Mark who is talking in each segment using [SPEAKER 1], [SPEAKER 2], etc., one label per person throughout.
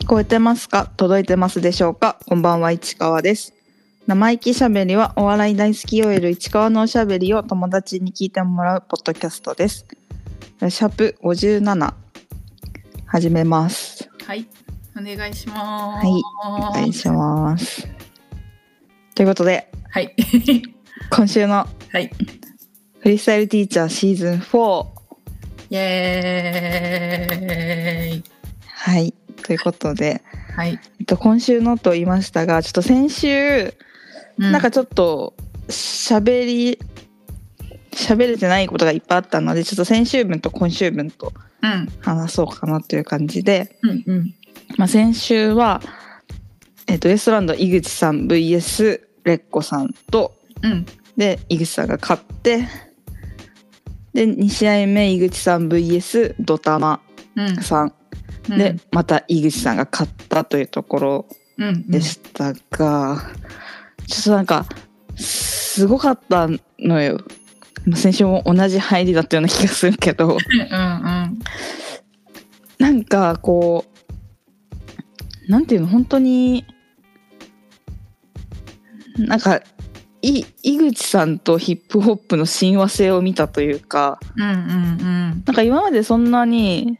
[SPEAKER 1] 聞こえてますか届いてますでしょうかこんばんは市川です生意気しゃべりはお笑い大好き OL 市川のおしゃべりを友達に聞いてもらうポッドキャストですシャープ57始めます
[SPEAKER 2] はい、お願いします。
[SPEAKER 1] はいお願いしますということで
[SPEAKER 2] はい。
[SPEAKER 1] 今週の
[SPEAKER 2] はい。
[SPEAKER 1] フリースタイルティーチャーシーズン4
[SPEAKER 2] イエーイ。
[SPEAKER 1] はいということで、
[SPEAKER 2] はい。
[SPEAKER 1] えっと、今週のと言いましたがちょっと先週
[SPEAKER 2] う
[SPEAKER 1] なんか、ちょっと喋り喋れてないことがいっぱいあったのでちょっと先週分と今週分と
[SPEAKER 2] うん。
[SPEAKER 1] 話そうかなという感じで、
[SPEAKER 2] うん。うん。
[SPEAKER 1] まあ、先週は、えっとウエストランド井口さん VS レッコさんと
[SPEAKER 2] うん。
[SPEAKER 1] で井口さんが勝ってで2試合目井口さん VS ドタマ
[SPEAKER 2] うん。
[SPEAKER 1] さん
[SPEAKER 2] うん
[SPEAKER 1] で、、また井口さんが勝ったというところ
[SPEAKER 2] うん。
[SPEAKER 1] でしたが、ちょっとなんかすごかったのよまあ先週も同じ入りだったような気がするけど
[SPEAKER 2] うん。うん。
[SPEAKER 1] なんかこうなんていうの本当になんかい井口さんとヒップホップの親和性を見たというか
[SPEAKER 2] うん。うん。
[SPEAKER 1] なんか今までそんなに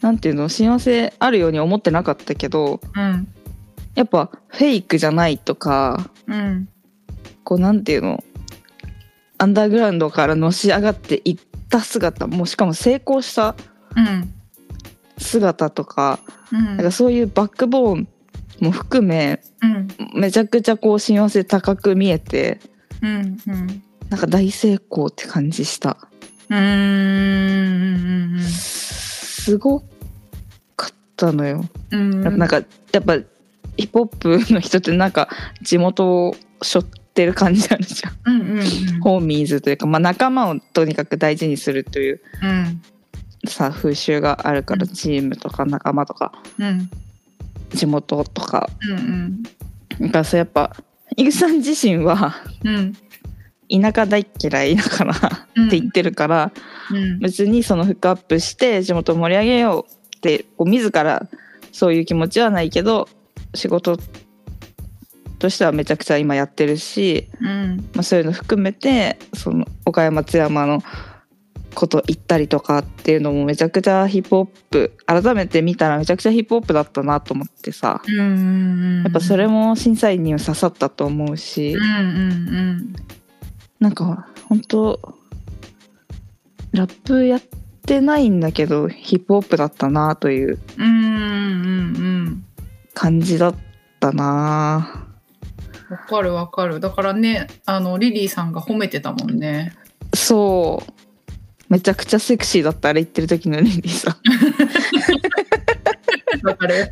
[SPEAKER 1] なんていうの親和性あるように思ってなかったけど
[SPEAKER 2] うん。
[SPEAKER 1] やっぱフェイクじゃないとか
[SPEAKER 2] うん。
[SPEAKER 1] こうなんていうのアンダーグラウンドからのし上がっていった姿もうしかも成功した
[SPEAKER 2] うん。
[SPEAKER 1] 姿とか
[SPEAKER 2] うん。
[SPEAKER 1] なんかそういうバックボーンも含め
[SPEAKER 2] うん。
[SPEAKER 1] めちゃくちゃこう親和性高く見えて
[SPEAKER 2] うん。うん。
[SPEAKER 1] なんか大成功って感じした
[SPEAKER 2] うーん。
[SPEAKER 1] すごかったのよ
[SPEAKER 2] うん。
[SPEAKER 1] なんかやっぱヒップホップの人ってなんか地元を背負ってる感じあるじゃん
[SPEAKER 2] うん。うん。うん。
[SPEAKER 1] ホーミーズというか、まあ、仲間をとにかく大事にするという
[SPEAKER 2] うん。
[SPEAKER 1] さ風習があるから
[SPEAKER 2] うん
[SPEAKER 1] チームとか仲間とか
[SPEAKER 2] うん。
[SPEAKER 1] 地元とか
[SPEAKER 2] うん。
[SPEAKER 1] だからそうやっぱ井口さん自身は
[SPEAKER 2] うん。
[SPEAKER 1] 田舎大嫌いだからっ
[SPEAKER 2] うん。
[SPEAKER 1] て言ってるから、
[SPEAKER 2] うん。
[SPEAKER 1] 別にそのフックアップして地元を盛り上げようってこう自らそういう気持ちはないけど仕事としてはめちゃくちゃ今やってるし、
[SPEAKER 2] うん。
[SPEAKER 1] まあ、そういうの含めてその岡山津山のこと行ったりとかっていうのもめちゃくちゃヒップホップ改めて見たらめちゃくちゃヒップホップだったなと思ってさ
[SPEAKER 2] うん。
[SPEAKER 1] やっぱそれも審査員には刺さったと思うし
[SPEAKER 2] うん。うん。うん。
[SPEAKER 1] なんか本当ラップやってないんだけどヒップホップだったなという
[SPEAKER 2] うーんうん
[SPEAKER 1] 感じだったな
[SPEAKER 2] うん。わかるわかる。だからね、あの、リリーさんが褒めてたもんね。
[SPEAKER 1] そうめちゃくちゃセクシーだったあれ言ってる時のレディさん
[SPEAKER 2] わかる。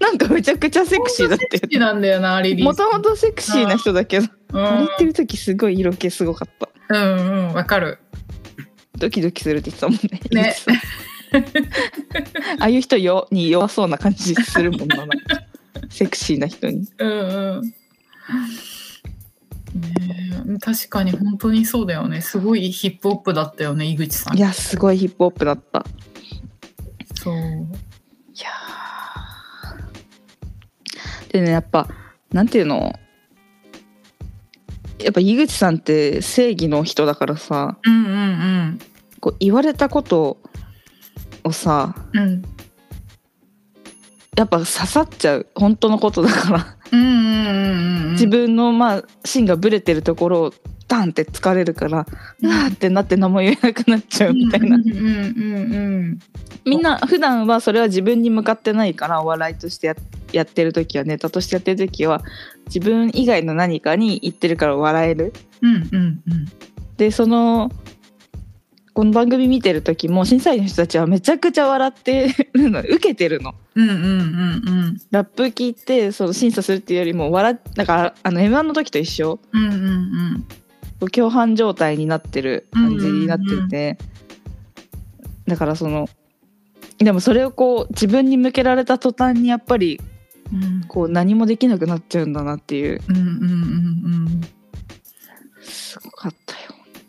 [SPEAKER 1] なんかめちゃくちゃセクシーだったよ
[SPEAKER 2] 好きなんだよな、リリー
[SPEAKER 1] も
[SPEAKER 2] さん。
[SPEAKER 1] ともとセクシーな人だけど、
[SPEAKER 2] う
[SPEAKER 1] あれ言
[SPEAKER 2] ん
[SPEAKER 1] ってる時すごい色気すごかった。
[SPEAKER 2] うんうん、わかる。
[SPEAKER 1] ドキドキするって言ってたもんね。
[SPEAKER 2] ね
[SPEAKER 1] ああいう人よに弱そうな感じするもんな。なんかセクシーな人に。
[SPEAKER 2] うんうん。ねえ確かに本当にそうだよね。すごいヒップホップだったよね、井口さん。
[SPEAKER 1] いや、すごいヒップホップだった。
[SPEAKER 2] そう。
[SPEAKER 1] いやーでね、やっぱ、なんていうのやっぱ井口さんって正義の人だからさ、
[SPEAKER 2] うんうん
[SPEAKER 1] こう言われたことをさ、
[SPEAKER 2] うん。うん。
[SPEAKER 1] やっぱ刺さっちゃう。本当のことだから。
[SPEAKER 2] うんうんうんうん。
[SPEAKER 1] 自。分のまあ芯がぶれてるところをダンって疲れるから、
[SPEAKER 2] うん
[SPEAKER 1] うわーってなって何も言えなくなっちゃうみたいな、
[SPEAKER 2] うんうんうんうん。
[SPEAKER 1] みんな普段はそれは自分に向かってないからお笑いとしてややってる時はネタとしてやってる時は自分以外の何かに言ってるから笑える
[SPEAKER 2] うんうんうん。
[SPEAKER 1] でそのこの番組見てる時も審査員の人たちはめちゃくちゃ笑ってるの受けてるの
[SPEAKER 2] うんうんうん
[SPEAKER 1] ラップ聞いてその審査するっていうよりも笑っなんかあの m 1の時と一緒、
[SPEAKER 2] うん。うんうん
[SPEAKER 1] 共犯状態になってる感じになってて、
[SPEAKER 2] うんうん
[SPEAKER 1] だからそのでもそれをこう自分に向けられた途端にやっぱり
[SPEAKER 2] うん。うん
[SPEAKER 1] こう何もできなくなっちゃうんだなっていう
[SPEAKER 2] うんうんうん
[SPEAKER 1] すごかったよ。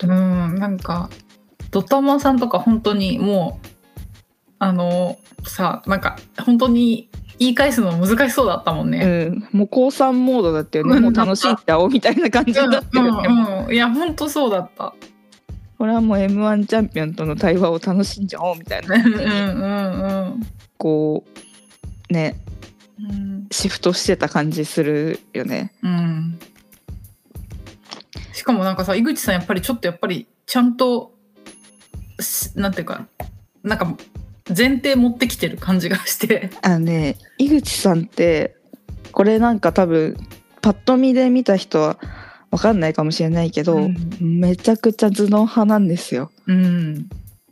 [SPEAKER 2] うんうんなんかドタマさんとか本当にもうあのさなんか本当に言い返すの難しそうだったもん
[SPEAKER 1] う
[SPEAKER 2] ね。
[SPEAKER 1] ん、もう高三モードだったよ
[SPEAKER 2] う
[SPEAKER 1] ね
[SPEAKER 2] ん
[SPEAKER 1] もう楽しいって青みたいな感じになって
[SPEAKER 2] う
[SPEAKER 1] る
[SPEAKER 2] ん
[SPEAKER 1] よね、
[SPEAKER 2] うんうん、いや本当そうだった。
[SPEAKER 1] これはもう m 1チャンピオンとの対話を楽しんじゃおうみたい
[SPEAKER 2] うん
[SPEAKER 1] な
[SPEAKER 2] うんうん
[SPEAKER 1] こうね
[SPEAKER 2] うん
[SPEAKER 1] シフトしてた感じするよね
[SPEAKER 2] うん。しかもなんかさ井口さんやっぱりちょっとやっぱりちゃんとしなんていうかなんか前提持ってきてる感じがして。
[SPEAKER 1] あのね井口さんってこれなんか多分パッと見で見た人は分かんないかもしれないけど、
[SPEAKER 2] うん
[SPEAKER 1] めちゃくちゃ頭脳派なんですよ
[SPEAKER 2] うん。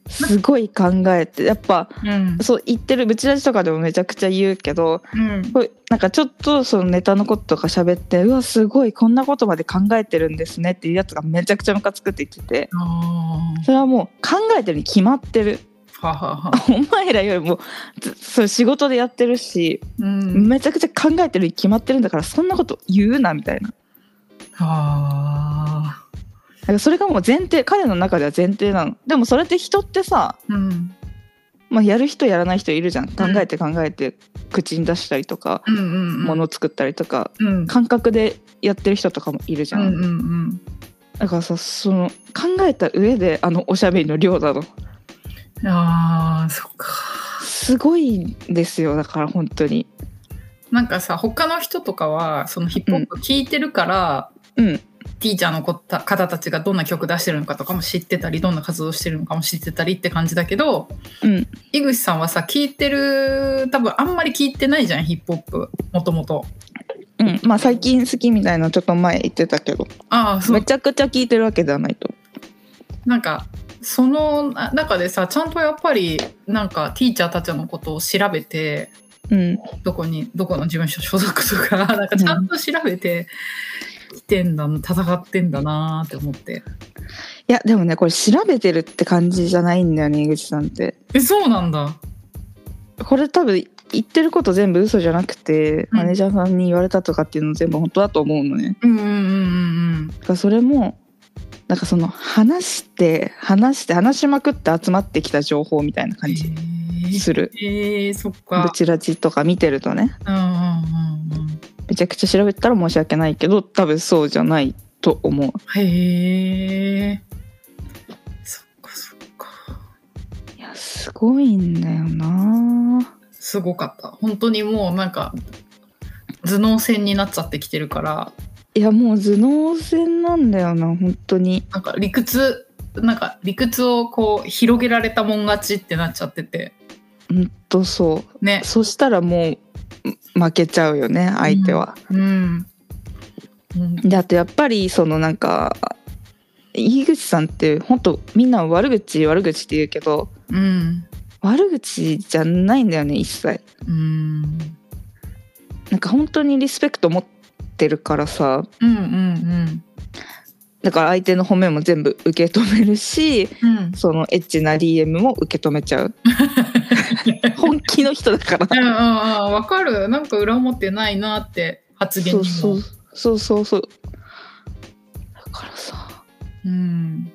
[SPEAKER 1] すごい考えてやっぱ
[SPEAKER 2] うん。
[SPEAKER 1] そう言ってるブチラジとかでもめちゃくちゃ言うけど
[SPEAKER 2] うん
[SPEAKER 1] こうなんかちょっとそのネタのこととか喋ってうわすごいこんなことまで考えてるんですねっていうやつがめちゃくちゃムカつくって言ってて
[SPEAKER 2] あ
[SPEAKER 1] それはもう考えてるに決まってる
[SPEAKER 2] あ。ははは。
[SPEAKER 1] お前らよりもずそれ仕事でやってるし
[SPEAKER 2] うん。
[SPEAKER 1] めちゃくちゃ考えてるに決まってるんだからそんなこと言うなみたいな
[SPEAKER 2] はあ。
[SPEAKER 1] なんかそれがもう前提彼の中では前提なのでもそれって人ってさ、
[SPEAKER 2] うん。
[SPEAKER 1] まあ、やる人やらない人いるじゃん考えて考えて口に出したりとか
[SPEAKER 2] うんうんうん。
[SPEAKER 1] もの作ったりとか
[SPEAKER 2] うん。
[SPEAKER 1] 感覚でやってる人とかもいるじ
[SPEAKER 2] う
[SPEAKER 1] ゃ
[SPEAKER 2] ん
[SPEAKER 1] ん、
[SPEAKER 2] うんうん。
[SPEAKER 1] だからさその考えた上であのおしゃべりの量なの
[SPEAKER 2] ああ、そっか。
[SPEAKER 1] すごいんですよだから本当に
[SPEAKER 2] なんかさ、他の人とかは、そのヒップホップ聞いてるから、
[SPEAKER 1] うん
[SPEAKER 2] ティーチャーの子た方たちがどんな曲出してるのかとかも知ってたり、どんな活動してるのかも知ってたりって感じだけど、
[SPEAKER 1] うん
[SPEAKER 2] 井口さんはさ、聞いてる、多分あんまり聞いてないじゃん、ヒップホップ、もともと。
[SPEAKER 1] うんまあ最近好きみたいなのちょっと前言ってたけど
[SPEAKER 2] ああ、そ
[SPEAKER 1] め
[SPEAKER 2] う。
[SPEAKER 1] ちゃくちゃ聞いてるわけではないと
[SPEAKER 2] なんか、そのあ中でさ、ちゃんとやっぱり、なんか、ティーチャーたちのことを調べて、
[SPEAKER 1] うん
[SPEAKER 2] どこにどこの事務所所属とか なんかちゃんと調べて来てんだ戦ってんだなーって思って
[SPEAKER 1] いやでもねこれ調べてるって感じじゃないんだよね井口さんって
[SPEAKER 2] えそうなんだ
[SPEAKER 1] これ多分言ってること全部嘘じゃなくて、
[SPEAKER 2] うん
[SPEAKER 1] マネージャーさんに言われたとかっていうの全部本当だと思うのね
[SPEAKER 2] うんうんうん
[SPEAKER 1] だからそれもなんかその話して話して話しまくって集まってきた情報みたいな
[SPEAKER 2] うん
[SPEAKER 1] 感じ
[SPEAKER 2] へー
[SPEAKER 1] する
[SPEAKER 2] えー、そっ
[SPEAKER 1] ブ
[SPEAKER 2] か
[SPEAKER 1] チラジとか見てるとね
[SPEAKER 2] うんうんうんうん
[SPEAKER 1] めちゃくちゃ調べたら申し訳ないけど多分そうじゃないと思う
[SPEAKER 2] へえそっかそっか
[SPEAKER 1] いやすごいんだよな
[SPEAKER 2] すごかった本当にもうなんか頭脳戦になっちゃってきてるから
[SPEAKER 1] いやもう頭脳戦なんだよな本当に
[SPEAKER 2] なんか理屈なんか理屈をこう広げられたもん勝ちってなっちゃってて
[SPEAKER 1] ほんとそ
[SPEAKER 2] ね
[SPEAKER 1] うそしたらもうん負けちゃうよね相手は、
[SPEAKER 2] うん。うん
[SPEAKER 1] であとやっぱりそのなんか井口さんって本当みんな悪口悪口って言うけど
[SPEAKER 2] うん。
[SPEAKER 1] 悪口じゃないんだよね一切
[SPEAKER 2] うん。
[SPEAKER 1] なんか本当にリスペクト持ってるからさ
[SPEAKER 2] うん。うん。
[SPEAKER 1] だから相手の褒めも全部受け止めるし
[SPEAKER 2] うん。
[SPEAKER 1] そのエッチな DM も受け止めち ゃう本気の人だから
[SPEAKER 2] うん。うん。わかる。なんか裏表ないなって発言に
[SPEAKER 1] そ
[SPEAKER 2] も。
[SPEAKER 1] うそうそうそうそうだからさ
[SPEAKER 2] うん。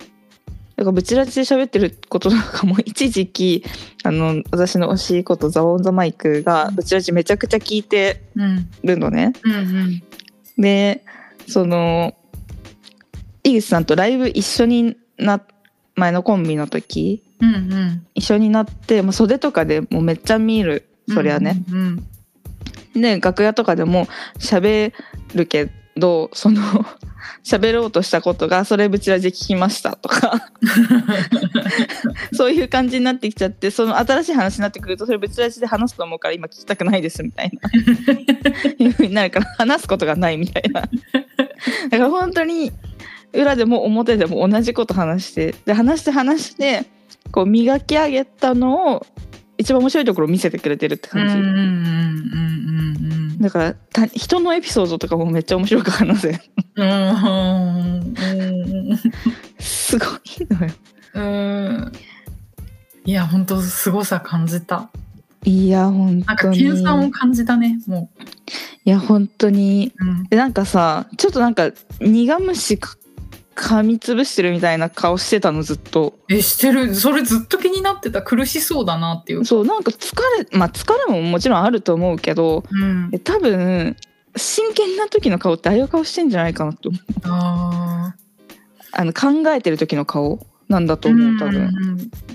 [SPEAKER 1] だからブチラジで喋ってることなんかも一時期あの私の推しいことザ・オン・ザ・マイクがブチラジめちゃくちゃ聞いて
[SPEAKER 2] うん。
[SPEAKER 1] るのね
[SPEAKER 2] うん。うん。
[SPEAKER 1] でその井口さんとライブ一緒にな前のコンビの時
[SPEAKER 2] うん。うん。
[SPEAKER 1] 一緒になって、まあ、袖とかでもうめっちゃ見るそりゃね、。
[SPEAKER 2] うん。
[SPEAKER 1] で楽屋とかでも喋るけどその 喋ろうとしたことが「それぶちラジ聞きました」と かそういう感じになってきちゃってその新しい話になってくると「それぶちラジで話すと思うから今聞きたくないです」みたいないうふうになるから話すことがないみたいな。だから本当に裏でも表でも同じこと話してで話して話してこう磨き上げたのを一番面白いところを見せてくれてるって
[SPEAKER 2] うん。
[SPEAKER 1] 感
[SPEAKER 2] うん。
[SPEAKER 1] じ。
[SPEAKER 2] うん。うん。
[SPEAKER 1] だからた人のエピソードとかもめっちゃ面白く話せる
[SPEAKER 2] うん。うん。
[SPEAKER 1] すごいのよ
[SPEAKER 2] うん。いや、本当すごさ感じた。
[SPEAKER 1] いや本
[SPEAKER 2] な
[SPEAKER 1] 当
[SPEAKER 2] んか、
[SPEAKER 1] に
[SPEAKER 2] 研鑽を感じたね、も
[SPEAKER 1] いや本当に
[SPEAKER 2] う。うん。
[SPEAKER 1] でなんかさちょっとなんか苦虫か噛みつぶしてるみたいな顔してたのずっと
[SPEAKER 2] えしてるそれずっと気になってた苦しそうだなっていう、
[SPEAKER 1] そうなんか疲れまあ疲れももちろんあると思うけど
[SPEAKER 2] うん
[SPEAKER 1] え、多分真剣な時の顔ってああいう顔してんじゃないかなと思う
[SPEAKER 2] あー
[SPEAKER 1] あの考えてる時の顔なんだと思う多分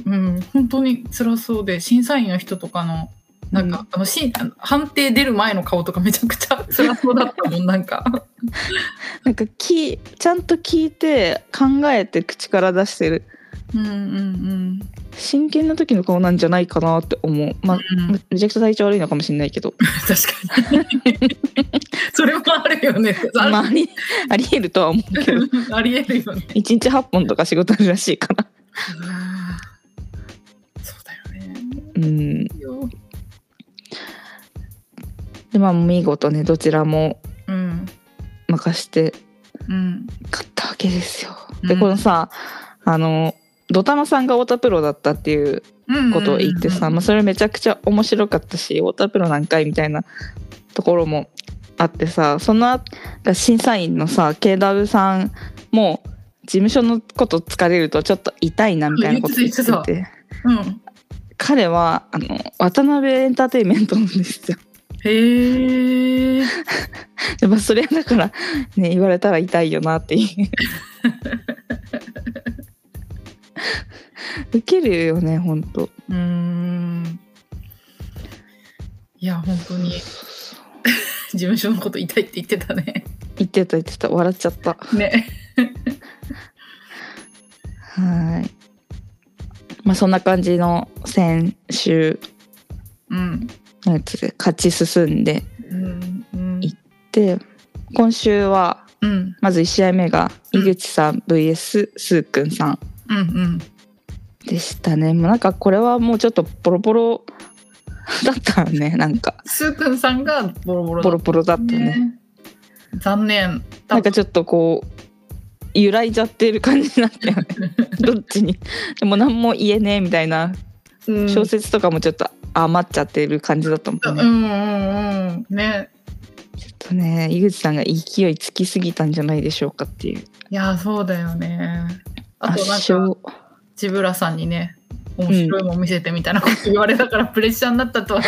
[SPEAKER 2] うん、うんうん本当に辛そうで審査員の人とかのなんか、あのしあの判定出る前の顔とかめちゃくちゃ辛そうだったもんなんか
[SPEAKER 1] なんかきちゃんと聞いて考えて口から出してる
[SPEAKER 2] うんうんうん
[SPEAKER 1] 真剣な時の顔なんじゃないかなって思うまあ
[SPEAKER 2] うん
[SPEAKER 1] めめちゃくちゃ体調悪いのかもしれないけど
[SPEAKER 2] 確かにそれもあるよねある
[SPEAKER 1] まああり ありえるとは思うけど
[SPEAKER 2] ありえるよね
[SPEAKER 1] 一日8本とか仕事あるらしいから
[SPEAKER 2] そうだよね
[SPEAKER 1] うん
[SPEAKER 2] いいよ
[SPEAKER 1] でまあ見事ねどちらも
[SPEAKER 2] うん
[SPEAKER 1] 任して
[SPEAKER 2] うん
[SPEAKER 1] 買ったわけですよ。
[SPEAKER 2] うん
[SPEAKER 1] でこのさあのドタマさんが太田プロだったっていう
[SPEAKER 2] うん
[SPEAKER 1] ことを言ってさ、まあ、それめちゃくちゃ面白かったし太田プロ何回みたいなところもあってさその後審査員のさ KW さんも事務所のこと疲れるとちょっと痛いなみたいなこと言って
[SPEAKER 2] うん言って
[SPEAKER 1] て
[SPEAKER 2] うん
[SPEAKER 1] 彼はあの渡辺エンターテインメントなんですよ。
[SPEAKER 2] へえ
[SPEAKER 1] やっぱそれはだからね言われたら痛いよなって いうウケるよねほんと
[SPEAKER 2] うーんいや本当に事務所のこと痛いって言ってたね
[SPEAKER 1] 言ってた言ってた笑っちゃった
[SPEAKER 2] ね
[SPEAKER 1] はいまあそんな感じの先週
[SPEAKER 2] うん
[SPEAKER 1] のやつで勝ち進んで
[SPEAKER 2] うんうん
[SPEAKER 1] いで今週は
[SPEAKER 2] うん
[SPEAKER 1] まず1試合目が
[SPEAKER 2] う
[SPEAKER 1] 井
[SPEAKER 2] ん
[SPEAKER 1] 口さん VS スーくんさん
[SPEAKER 2] うんうん
[SPEAKER 1] でしたねもうなんかこれはもうちょっとボロボロ だったよねなんか
[SPEAKER 2] スーくんさんがボロボ
[SPEAKER 1] ボ
[SPEAKER 2] ロだ
[SPEAKER 1] ロ
[SPEAKER 2] っ
[SPEAKER 1] ボロだった
[SPEAKER 2] た
[SPEAKER 1] ね
[SPEAKER 2] ね残念
[SPEAKER 1] なんかちょっとこう揺らいじゃってる感じになった よねどっちにでも何も言えねえみたいな
[SPEAKER 2] うん
[SPEAKER 1] 小説とかもちょっと余っちゃってる感じだと思
[SPEAKER 2] う
[SPEAKER 1] うんね、
[SPEAKER 2] うんうんね
[SPEAKER 1] ちょっとね井口さんが勢いつきすぎたんじゃないでしょうかっていう
[SPEAKER 2] いやそうだよねあ
[SPEAKER 1] 圧
[SPEAKER 2] となんか
[SPEAKER 1] 勝
[SPEAKER 2] ジブラさんにね面白いもん見せてみたいなこと言われたからプレッシャーになったとは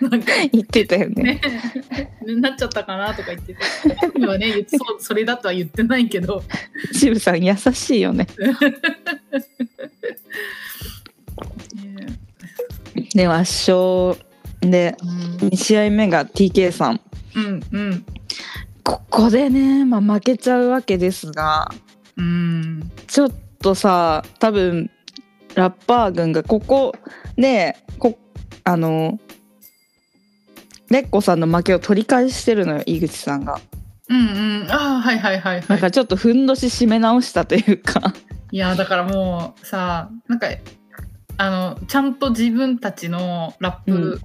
[SPEAKER 2] なんか
[SPEAKER 1] 言ってたよね
[SPEAKER 2] ねなっちゃったかなとか言ってて今はね言ってそうそれだとは言ってないけど
[SPEAKER 1] 渋さん優しいよね
[SPEAKER 2] ね
[SPEAKER 1] では圧勝で
[SPEAKER 2] うん
[SPEAKER 1] 2試合目が TK さん
[SPEAKER 2] うんうん
[SPEAKER 1] ここでね、まあ、負けちゃうわけですが
[SPEAKER 2] うん
[SPEAKER 1] ちょっとさ多分ラッパー軍がここでこあのレッコさんの負けを取り返してるのよ井口さんが
[SPEAKER 2] うんうんああはいはいはいは
[SPEAKER 1] ないんかちょっとふんどし締め直したという か
[SPEAKER 2] いやだからもうさなんかあのちゃんと自分たちのラップ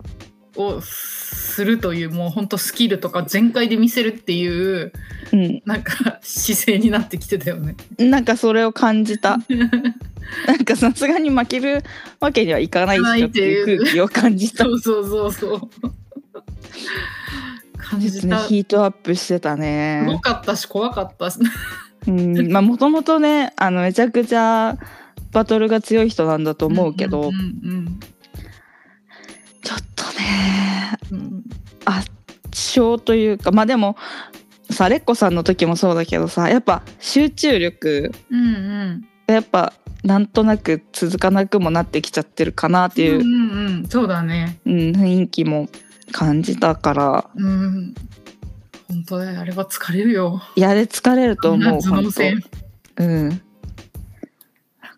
[SPEAKER 2] をするという、もうほんとスキルとか全開で見せるっていう
[SPEAKER 1] うん
[SPEAKER 2] なんか姿勢になってきてたよね。
[SPEAKER 1] なんかそれを感じ たなんかさすがに負けるわけにはいかないっしょっていう空気を感じた
[SPEAKER 2] そうそうそうそう。感
[SPEAKER 1] ちょっ
[SPEAKER 2] じ
[SPEAKER 1] とね
[SPEAKER 2] た。
[SPEAKER 1] ヒートアップしてた
[SPEAKER 2] すご
[SPEAKER 1] ね
[SPEAKER 2] かったし怖かったし。
[SPEAKER 1] うんまあもともとねあのめちゃくちゃバトルが強い人なんだと思うけど、
[SPEAKER 2] んうん
[SPEAKER 1] ちょっとね
[SPEAKER 2] うんうん
[SPEAKER 1] 圧勝というかまあでもさレッコさんの時もそうだけどさやっぱ集中力
[SPEAKER 2] うんうん
[SPEAKER 1] がやっぱなんとなく続かなくもなってきちゃってるかなっていうう、
[SPEAKER 2] んうんうんそうだね。
[SPEAKER 1] うん雰囲気も感じたから
[SPEAKER 2] うん。本当だよあれは疲れるよ。
[SPEAKER 1] いやあれ疲れると思う
[SPEAKER 2] 夏の
[SPEAKER 1] 本当
[SPEAKER 2] 戦。
[SPEAKER 1] うんだ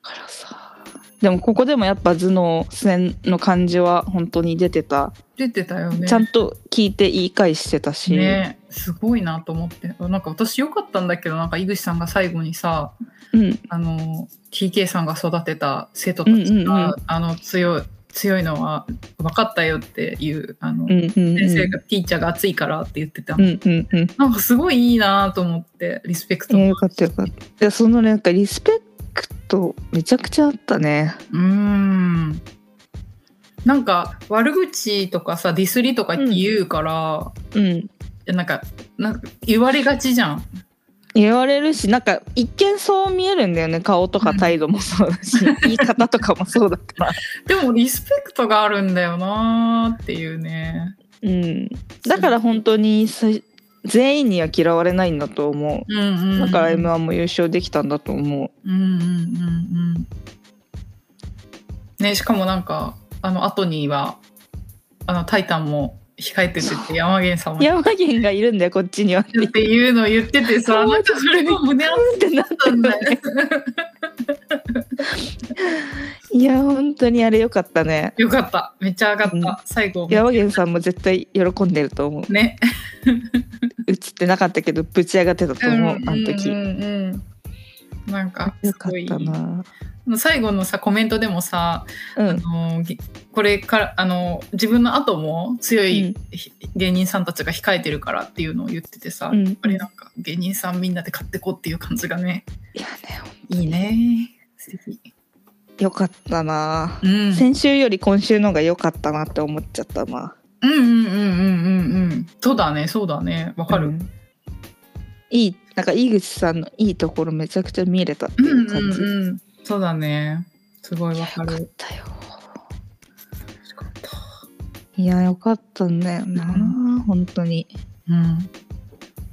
[SPEAKER 1] からさでもここでもやっぱ頭脳戦の感じは本当に出てた、
[SPEAKER 2] 出てたよね。
[SPEAKER 1] ちゃんと聞いて言い返してたし、
[SPEAKER 2] ねすごいなと思ってなんか私よかったんだけどなんか井口さんが最後にさ
[SPEAKER 1] うん
[SPEAKER 2] あの TK さんが育てた生徒たちが、
[SPEAKER 1] うんうんうん
[SPEAKER 2] あの強い強いのは分かったよっていうあの、
[SPEAKER 1] うんうんうん
[SPEAKER 2] 先生が、ティーチャーが熱いからって言ってた、
[SPEAKER 1] うんうんうん
[SPEAKER 2] なんかすごいいいなと思ってリスペクト
[SPEAKER 1] いやよかったよかったいやそのなんかリスペクトめちゃくちゃあったね
[SPEAKER 2] うーんなんか悪口とかさディスりとかって言うから、
[SPEAKER 1] うん
[SPEAKER 2] なんかなんか言われがちじゃん
[SPEAKER 1] 言われるしなんか一見そう見えるんだよね顔とか態度もそうだ し、言い方とかもそうだから
[SPEAKER 2] でもリスペクトがあるんだよなーっていうね
[SPEAKER 1] うんだから本当にそ全員には嫌われないんだと思
[SPEAKER 2] うんうんう
[SPEAKER 1] うんだから m 1も優勝できたんだと思う
[SPEAKER 2] うんうんうんうんねしかもなんかあの後にはあの「タイタン」も控えててって山源さんも言っ
[SPEAKER 1] 山源がいるんだよこっちにはって
[SPEAKER 2] ていうのを言っててさなんかそれが胸熱
[SPEAKER 1] ってなっ
[SPEAKER 2] かったん だ
[SPEAKER 1] て
[SPEAKER 2] よ
[SPEAKER 1] ねいや本当にあれ良かったね
[SPEAKER 2] よかっためっちゃ上がった、
[SPEAKER 1] うん
[SPEAKER 2] 最後
[SPEAKER 1] 山源さんも絶対喜んでると思う
[SPEAKER 2] ね
[SPEAKER 1] 映ってなかったけどぶち上がってたと思う、
[SPEAKER 2] うん
[SPEAKER 1] あの時、
[SPEAKER 2] うんうんうんなんか
[SPEAKER 1] よ
[SPEAKER 2] す
[SPEAKER 1] か
[SPEAKER 2] ごい
[SPEAKER 1] ったな
[SPEAKER 2] 最後のさコメントでもさ、
[SPEAKER 1] う
[SPEAKER 2] あ
[SPEAKER 1] ん
[SPEAKER 2] のぎこれからあの自分の後も強
[SPEAKER 1] う
[SPEAKER 2] い
[SPEAKER 1] ん
[SPEAKER 2] ひ芸人さんたちが控えてるからっていうのを言っててさ、
[SPEAKER 1] うん
[SPEAKER 2] やっぱりなんか芸人さんみんなで買ってこうっていう感じがね
[SPEAKER 1] いやね
[SPEAKER 2] いいね素敵
[SPEAKER 1] よかったな
[SPEAKER 2] うんうん
[SPEAKER 1] 先週より今週の方が良かったなって思っちゃったな。
[SPEAKER 2] うんうんうんうんうんそうだねそうだねわかる、
[SPEAKER 1] うんいいなんか井口さんのいいところめちゃくちゃ見れたって
[SPEAKER 2] うん、
[SPEAKER 1] いううん感じ。
[SPEAKER 2] うんうんそうだねすごいわか
[SPEAKER 1] よかっ
[SPEAKER 2] る
[SPEAKER 1] たよ。
[SPEAKER 2] 楽しかった
[SPEAKER 1] いやよかったんだよな本当に。
[SPEAKER 2] うん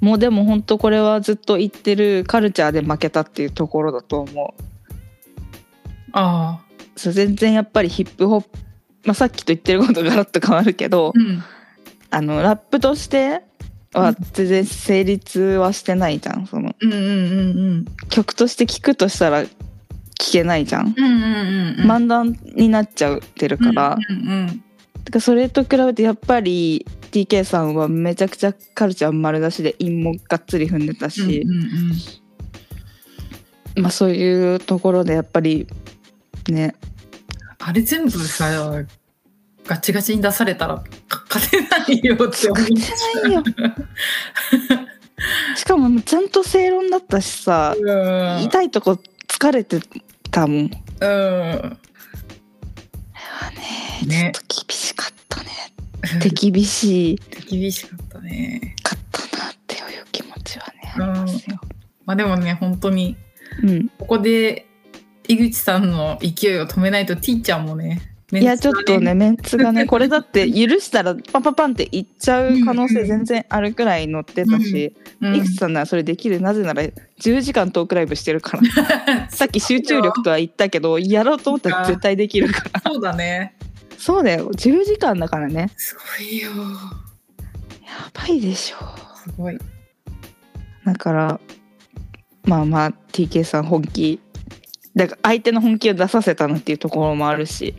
[SPEAKER 1] もうでも本当これはずっと言ってるカルチャーで負けたっていうところだと思う。
[SPEAKER 2] ああ
[SPEAKER 1] そう全然やっぱりヒップホップ、まあ、さっきと言ってることガラッと変わるけど、
[SPEAKER 2] うん
[SPEAKER 1] あのラップとして
[SPEAKER 2] う
[SPEAKER 1] は
[SPEAKER 2] ん
[SPEAKER 1] 全然成立はしてないじゃんその
[SPEAKER 2] うんうんうんうん
[SPEAKER 1] 曲として聴くとしたら聴けないじゃん。
[SPEAKER 2] うんうんうん
[SPEAKER 1] 漫談になっちゃってるから,、
[SPEAKER 2] うんうん
[SPEAKER 1] だからそれと比べてやっぱり TK さんはめちゃくちゃカルチャー丸出しで韻もがっつり踏んでた
[SPEAKER 2] うん
[SPEAKER 1] し、
[SPEAKER 2] うんうん
[SPEAKER 1] まあ、そういうところでやっぱりね
[SPEAKER 2] あれ全部さガチガチに出されたらか勝てないよって思いまし
[SPEAKER 1] ないよ しかもちゃんと正論だったしさ、
[SPEAKER 2] た
[SPEAKER 1] 痛いとこ疲れてたもんね
[SPEAKER 2] うんね
[SPEAKER 1] ちょっと厳しかったね手厳し
[SPEAKER 2] 厳しかったね
[SPEAKER 1] かったなっていう気持ちはねありますよ。
[SPEAKER 2] まあでもね本当に
[SPEAKER 1] うん
[SPEAKER 2] ここで井口さんの勢いを止めないと T ちゃんもね
[SPEAKER 1] いやちょっとねメンツがねこれだって許したらパンパンパンっていっちゃう可能性全然あるくらい乗ってたし、
[SPEAKER 2] うん
[SPEAKER 1] いくつさんならそれできるなぜなら10時間トークライブしてるからさっき集中力とは言ったけどやろうと思ったら絶対できるから
[SPEAKER 2] そうだね
[SPEAKER 1] そうだよ10時間だからね
[SPEAKER 2] すごいよ
[SPEAKER 1] やばいでしょ
[SPEAKER 2] すごい
[SPEAKER 1] だからまあまあ TK さん本気だから相手の本気を出させたなっていうところもあるし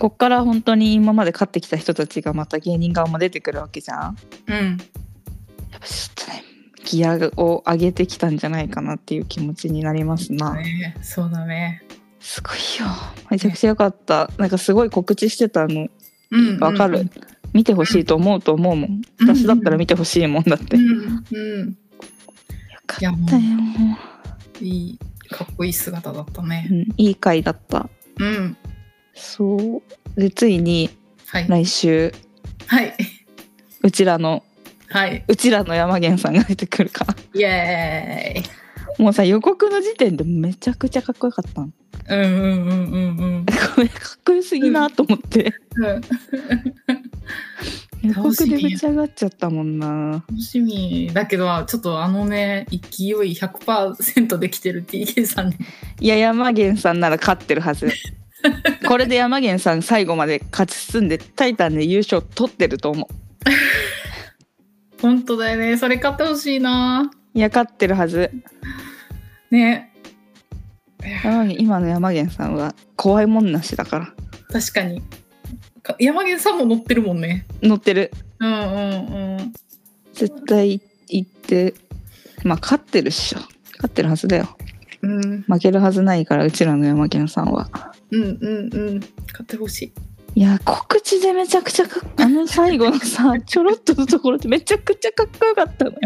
[SPEAKER 1] こっから本当に今まで勝ってきた人たちがまた芸人側も出てくるわけじゃん
[SPEAKER 2] うん
[SPEAKER 1] やっぱちょっとねギアを上げてきたんじゃないかなっていう気持ちになりますな、
[SPEAKER 2] ねそうだね
[SPEAKER 1] すごいよめちゃくちゃ良かったなんかすごい告知してたの
[SPEAKER 2] うん
[SPEAKER 1] わかる、見てほしいと思うと思うもん
[SPEAKER 2] うん
[SPEAKER 1] 私だったら見てほしいもんだって、
[SPEAKER 2] う
[SPEAKER 1] よ
[SPEAKER 2] んうん
[SPEAKER 1] かっ
[SPEAKER 2] い
[SPEAKER 1] たよ
[SPEAKER 2] やもう
[SPEAKER 1] も
[SPEAKER 2] いいかっこいい姿だった
[SPEAKER 1] う、う
[SPEAKER 2] ね。
[SPEAKER 1] ん、いい回だった
[SPEAKER 2] うん。
[SPEAKER 1] そうでついに
[SPEAKER 2] はい。
[SPEAKER 1] 来週
[SPEAKER 2] はい。
[SPEAKER 1] うちらの
[SPEAKER 2] はい。
[SPEAKER 1] うちらの山源さんが出てくるから
[SPEAKER 2] イエーイ。
[SPEAKER 1] もうさ予告の時点でめちゃくちゃかっこよかったの
[SPEAKER 2] うんうんうんうん
[SPEAKER 1] これかっこよすぎなと思って、
[SPEAKER 2] うん。うん
[SPEAKER 1] 予告でぶち上がっちゃったもんな
[SPEAKER 2] 楽しみだけどちょっとあのね勢い100%できてる TK さんに
[SPEAKER 1] いや山源さんなら勝ってるはずこれで山源さん最後まで勝ち進んで「タイタン」で優勝取ってると思う
[SPEAKER 2] 本当だよねそれ買ってほしいない
[SPEAKER 1] や勝ってるはず
[SPEAKER 2] ね
[SPEAKER 1] 山源今の山源さんは怖いもんなしだから
[SPEAKER 2] 確かにか山源さんも乗ってるもんね
[SPEAKER 1] 乗ってる
[SPEAKER 2] うんうんうん
[SPEAKER 1] 絶対行ってまあ勝ってるっしょ勝ってるはずだよ
[SPEAKER 2] うん
[SPEAKER 1] 負けるはずないからうちらの山源さんは
[SPEAKER 2] うんうんうん買ってほしい
[SPEAKER 1] いや告知でめちゃくちゃかっあの最後のさちょろっとのところってめちゃくちゃかっこよかったのよ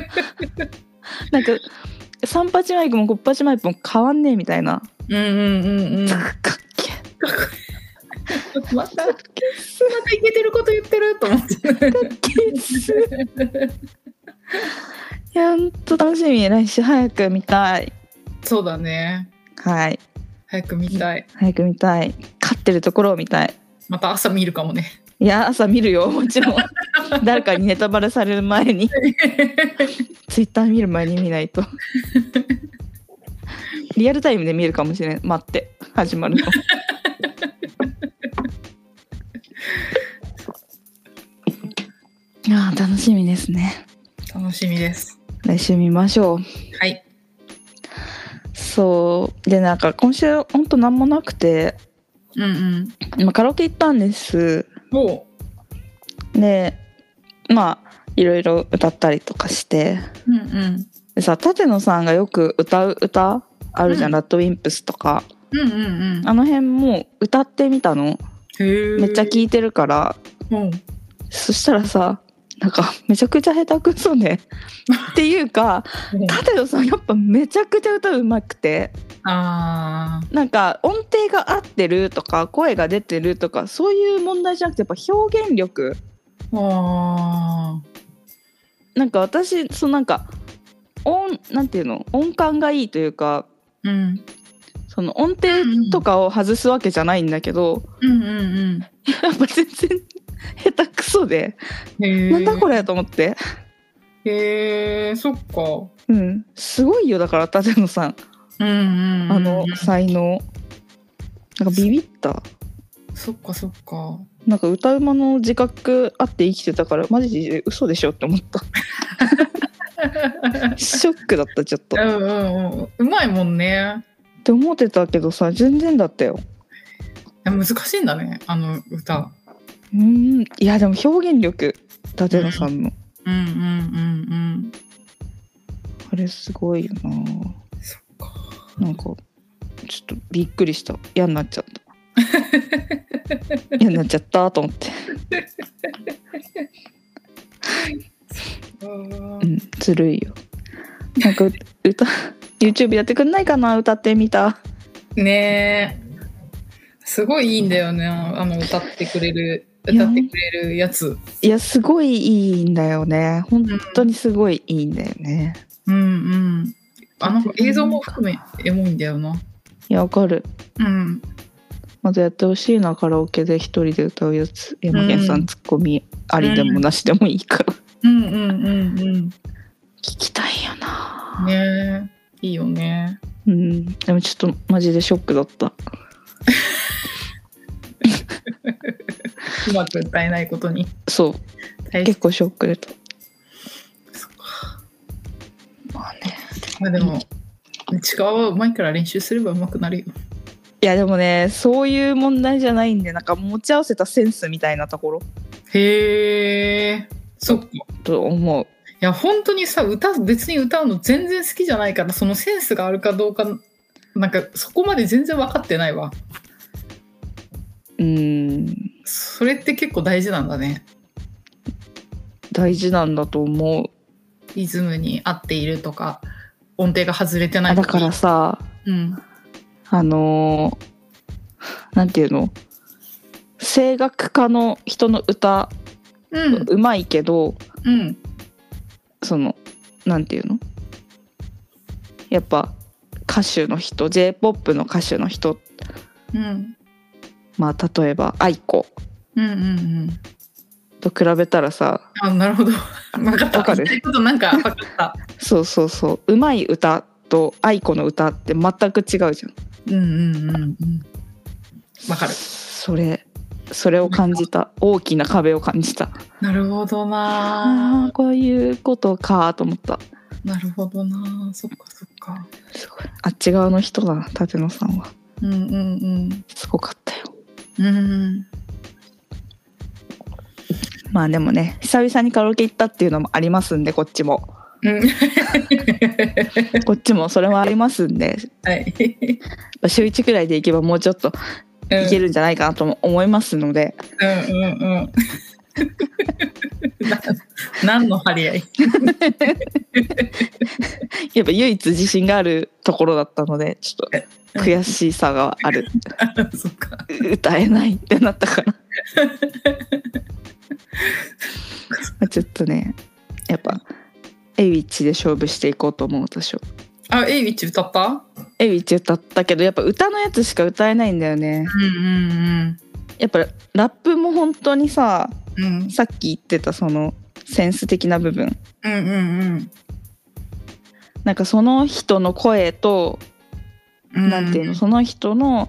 [SPEAKER 1] なんか三八マイクも五八マイクも変わんねえみたいな、
[SPEAKER 2] うんうんうんうん
[SPEAKER 1] かっけえ
[SPEAKER 2] また、またいけてること言ってると思って。
[SPEAKER 1] かっけえっすいや、本当楽しみ。来週早く見たい。
[SPEAKER 2] そうだね。
[SPEAKER 1] はい。
[SPEAKER 2] 早く見たい。
[SPEAKER 1] 早く見たい。勝ってるところを見たい。
[SPEAKER 2] また朝見るかもね。
[SPEAKER 1] いや、朝見るよ。もちろん。誰かにネタバレされる前に、ツイッター見る前に見ないと。リアルタイムで見るかもしれん。待って。始まるの。いやー楽しみですね。
[SPEAKER 2] 楽しみです。
[SPEAKER 1] 来週見ましょう。
[SPEAKER 2] はい。
[SPEAKER 1] そうでなんか今週ほんと何もなくて、
[SPEAKER 2] うんうん。
[SPEAKER 1] まあ、カラオケ行ったんです
[SPEAKER 2] おう。
[SPEAKER 1] でまあいろいろ歌ったりとかして
[SPEAKER 2] うんうん。
[SPEAKER 1] でさ舘野さんがよく歌う歌あるじゃん、
[SPEAKER 2] うん
[SPEAKER 1] ラッドウィンプスとか
[SPEAKER 2] うんうんうん。
[SPEAKER 1] あの辺も歌ってみたの
[SPEAKER 2] へえ。
[SPEAKER 1] めっちゃ聴いてるから
[SPEAKER 2] うん。
[SPEAKER 1] そしたらさなんかめちゃくちゃ下手くそねっていう か舘野さんやっぱめちゃくちゃ歌うまくて
[SPEAKER 2] ああ。
[SPEAKER 1] なんか音程が合ってるとか声が出てるとかそういう問題じゃなくてやっぱ表現力
[SPEAKER 2] あ
[SPEAKER 1] なんか私そのなんか音なんていうの音感がいいというか
[SPEAKER 2] ーうん。
[SPEAKER 1] その音程とかを外すわけじゃないんだけど、
[SPEAKER 2] うんうん
[SPEAKER 1] やっぱ全然下手くそで、
[SPEAKER 2] うん。へえ。
[SPEAKER 1] なんだこれと思って
[SPEAKER 2] れ。へえ、そっか。
[SPEAKER 1] うんすごいよだから舘野さん
[SPEAKER 2] うんうんうん。
[SPEAKER 1] あの才能なんかビビった
[SPEAKER 2] そっかそっか。
[SPEAKER 1] なんか歌うまの自覚あって生きてたからマジで嘘でしょって思った ショックだったちょっと
[SPEAKER 2] うんうんうん。うまいもんね。
[SPEAKER 1] って思ってたけどさ全然だったよ
[SPEAKER 2] 難しいんだね、あの歌。
[SPEAKER 1] うーんいやでも表現力舘野さんの、
[SPEAKER 2] うんうんうん
[SPEAKER 1] あれすごいよな
[SPEAKER 2] うん。そっか。
[SPEAKER 1] なんかちょっとびっくりした嫌になっちゃった嫌になっちゃったと思って、うん、ずるいよなんかう歌 YouTube やってくんないかな歌ってみた
[SPEAKER 2] ねえ。すごいいいんだよね、あの歌ってくれる、
[SPEAKER 1] いや
[SPEAKER 2] 歌ってくれるやつ。
[SPEAKER 1] いやすごいいいんだよね本当にすごいいいんだよね、
[SPEAKER 2] うんうん。あの映像も含めエモいんだよな。
[SPEAKER 1] いやわかる
[SPEAKER 2] うん。
[SPEAKER 1] まずやってほしいなカラオケで一人で歌うやつ山源さ
[SPEAKER 2] うん
[SPEAKER 1] んツッコミありでもなしでもいいから、
[SPEAKER 2] うんうんうんうん。
[SPEAKER 1] 聞きたいよな
[SPEAKER 2] ねえ。いいよね。
[SPEAKER 1] うんでもちょっとマジでショックだった
[SPEAKER 2] うまく歌えないことに。
[SPEAKER 1] そう
[SPEAKER 2] 大
[SPEAKER 1] 結構ショックでと
[SPEAKER 2] そっか
[SPEAKER 1] まあね
[SPEAKER 2] まあでも、力はうまいから練習すればうまくなるよ。
[SPEAKER 1] いやでもねそういう問題じゃないんでなんか持ち合わせたセンスみたいなところ
[SPEAKER 2] へえ。そっか。
[SPEAKER 1] と思う
[SPEAKER 2] いや本当にさ歌別に歌うの全然好きじゃないからそのセンスがあるかどうかなんかそこまで全然分かってないわ
[SPEAKER 1] うん
[SPEAKER 2] それって結構大事なんだね
[SPEAKER 1] 大事なんだと思う
[SPEAKER 2] リズムに合っているとか音程が外れてな
[SPEAKER 1] あ
[SPEAKER 2] いと
[SPEAKER 1] だからさ
[SPEAKER 2] うん
[SPEAKER 1] あのーなんていうの声楽家の人の歌
[SPEAKER 2] うん
[SPEAKER 1] うまいけど、
[SPEAKER 2] うん
[SPEAKER 1] そのなんていうのやっぱ歌手の人 j p o p の歌手の人
[SPEAKER 2] うん
[SPEAKER 1] まあ例えば aiko
[SPEAKER 2] うんうんうん
[SPEAKER 1] と比べたらさ
[SPEAKER 2] あなるほど 分かった
[SPEAKER 1] わかる
[SPEAKER 2] 言いたいことなんか分かった
[SPEAKER 1] そうそうそううまい歌と aiko の歌って全く違うじゃん
[SPEAKER 2] うんうんうんうんわかる
[SPEAKER 1] それそれを感じた大きな壁を感じた
[SPEAKER 2] なるほど
[SPEAKER 1] あ
[SPEAKER 2] な
[SPEAKER 1] あこういうことかと思った
[SPEAKER 2] なるほどなそっかそっか
[SPEAKER 1] すごいあっち側の人だな舘野さんは
[SPEAKER 2] うんうん
[SPEAKER 1] すごかったよ
[SPEAKER 2] うんうん
[SPEAKER 1] まあでもね久々にカラオケ行ったっていうのもありますんでこっちも
[SPEAKER 2] うん
[SPEAKER 1] こっちもそれもありますんで
[SPEAKER 2] はい。
[SPEAKER 1] 週1くらいで行けばもうちょっといけ
[SPEAKER 2] る。
[SPEAKER 1] るんじゃないかなとも思いますので、
[SPEAKER 2] うんうんうん。な何の張り合い。
[SPEAKER 1] やっぱ唯一自信があるところだったのでちょっと悔しさがある
[SPEAKER 2] そっか。
[SPEAKER 1] 歌えないってなったから まあちょっとねやっぱエイウィッチで勝負していこうと思う私は
[SPEAKER 2] あ、エイウィッチ歌った
[SPEAKER 1] エイウィッチ歌ったけどやっぱ歌のやつしか歌えないんだよね
[SPEAKER 2] うんうん
[SPEAKER 1] やっぱラップも本当にさ
[SPEAKER 2] うん。うん。
[SPEAKER 1] さっき言ってたそのセンス的な部分
[SPEAKER 2] うんうん
[SPEAKER 1] なんかその人の声と
[SPEAKER 2] うん。
[SPEAKER 1] なんていうのその人の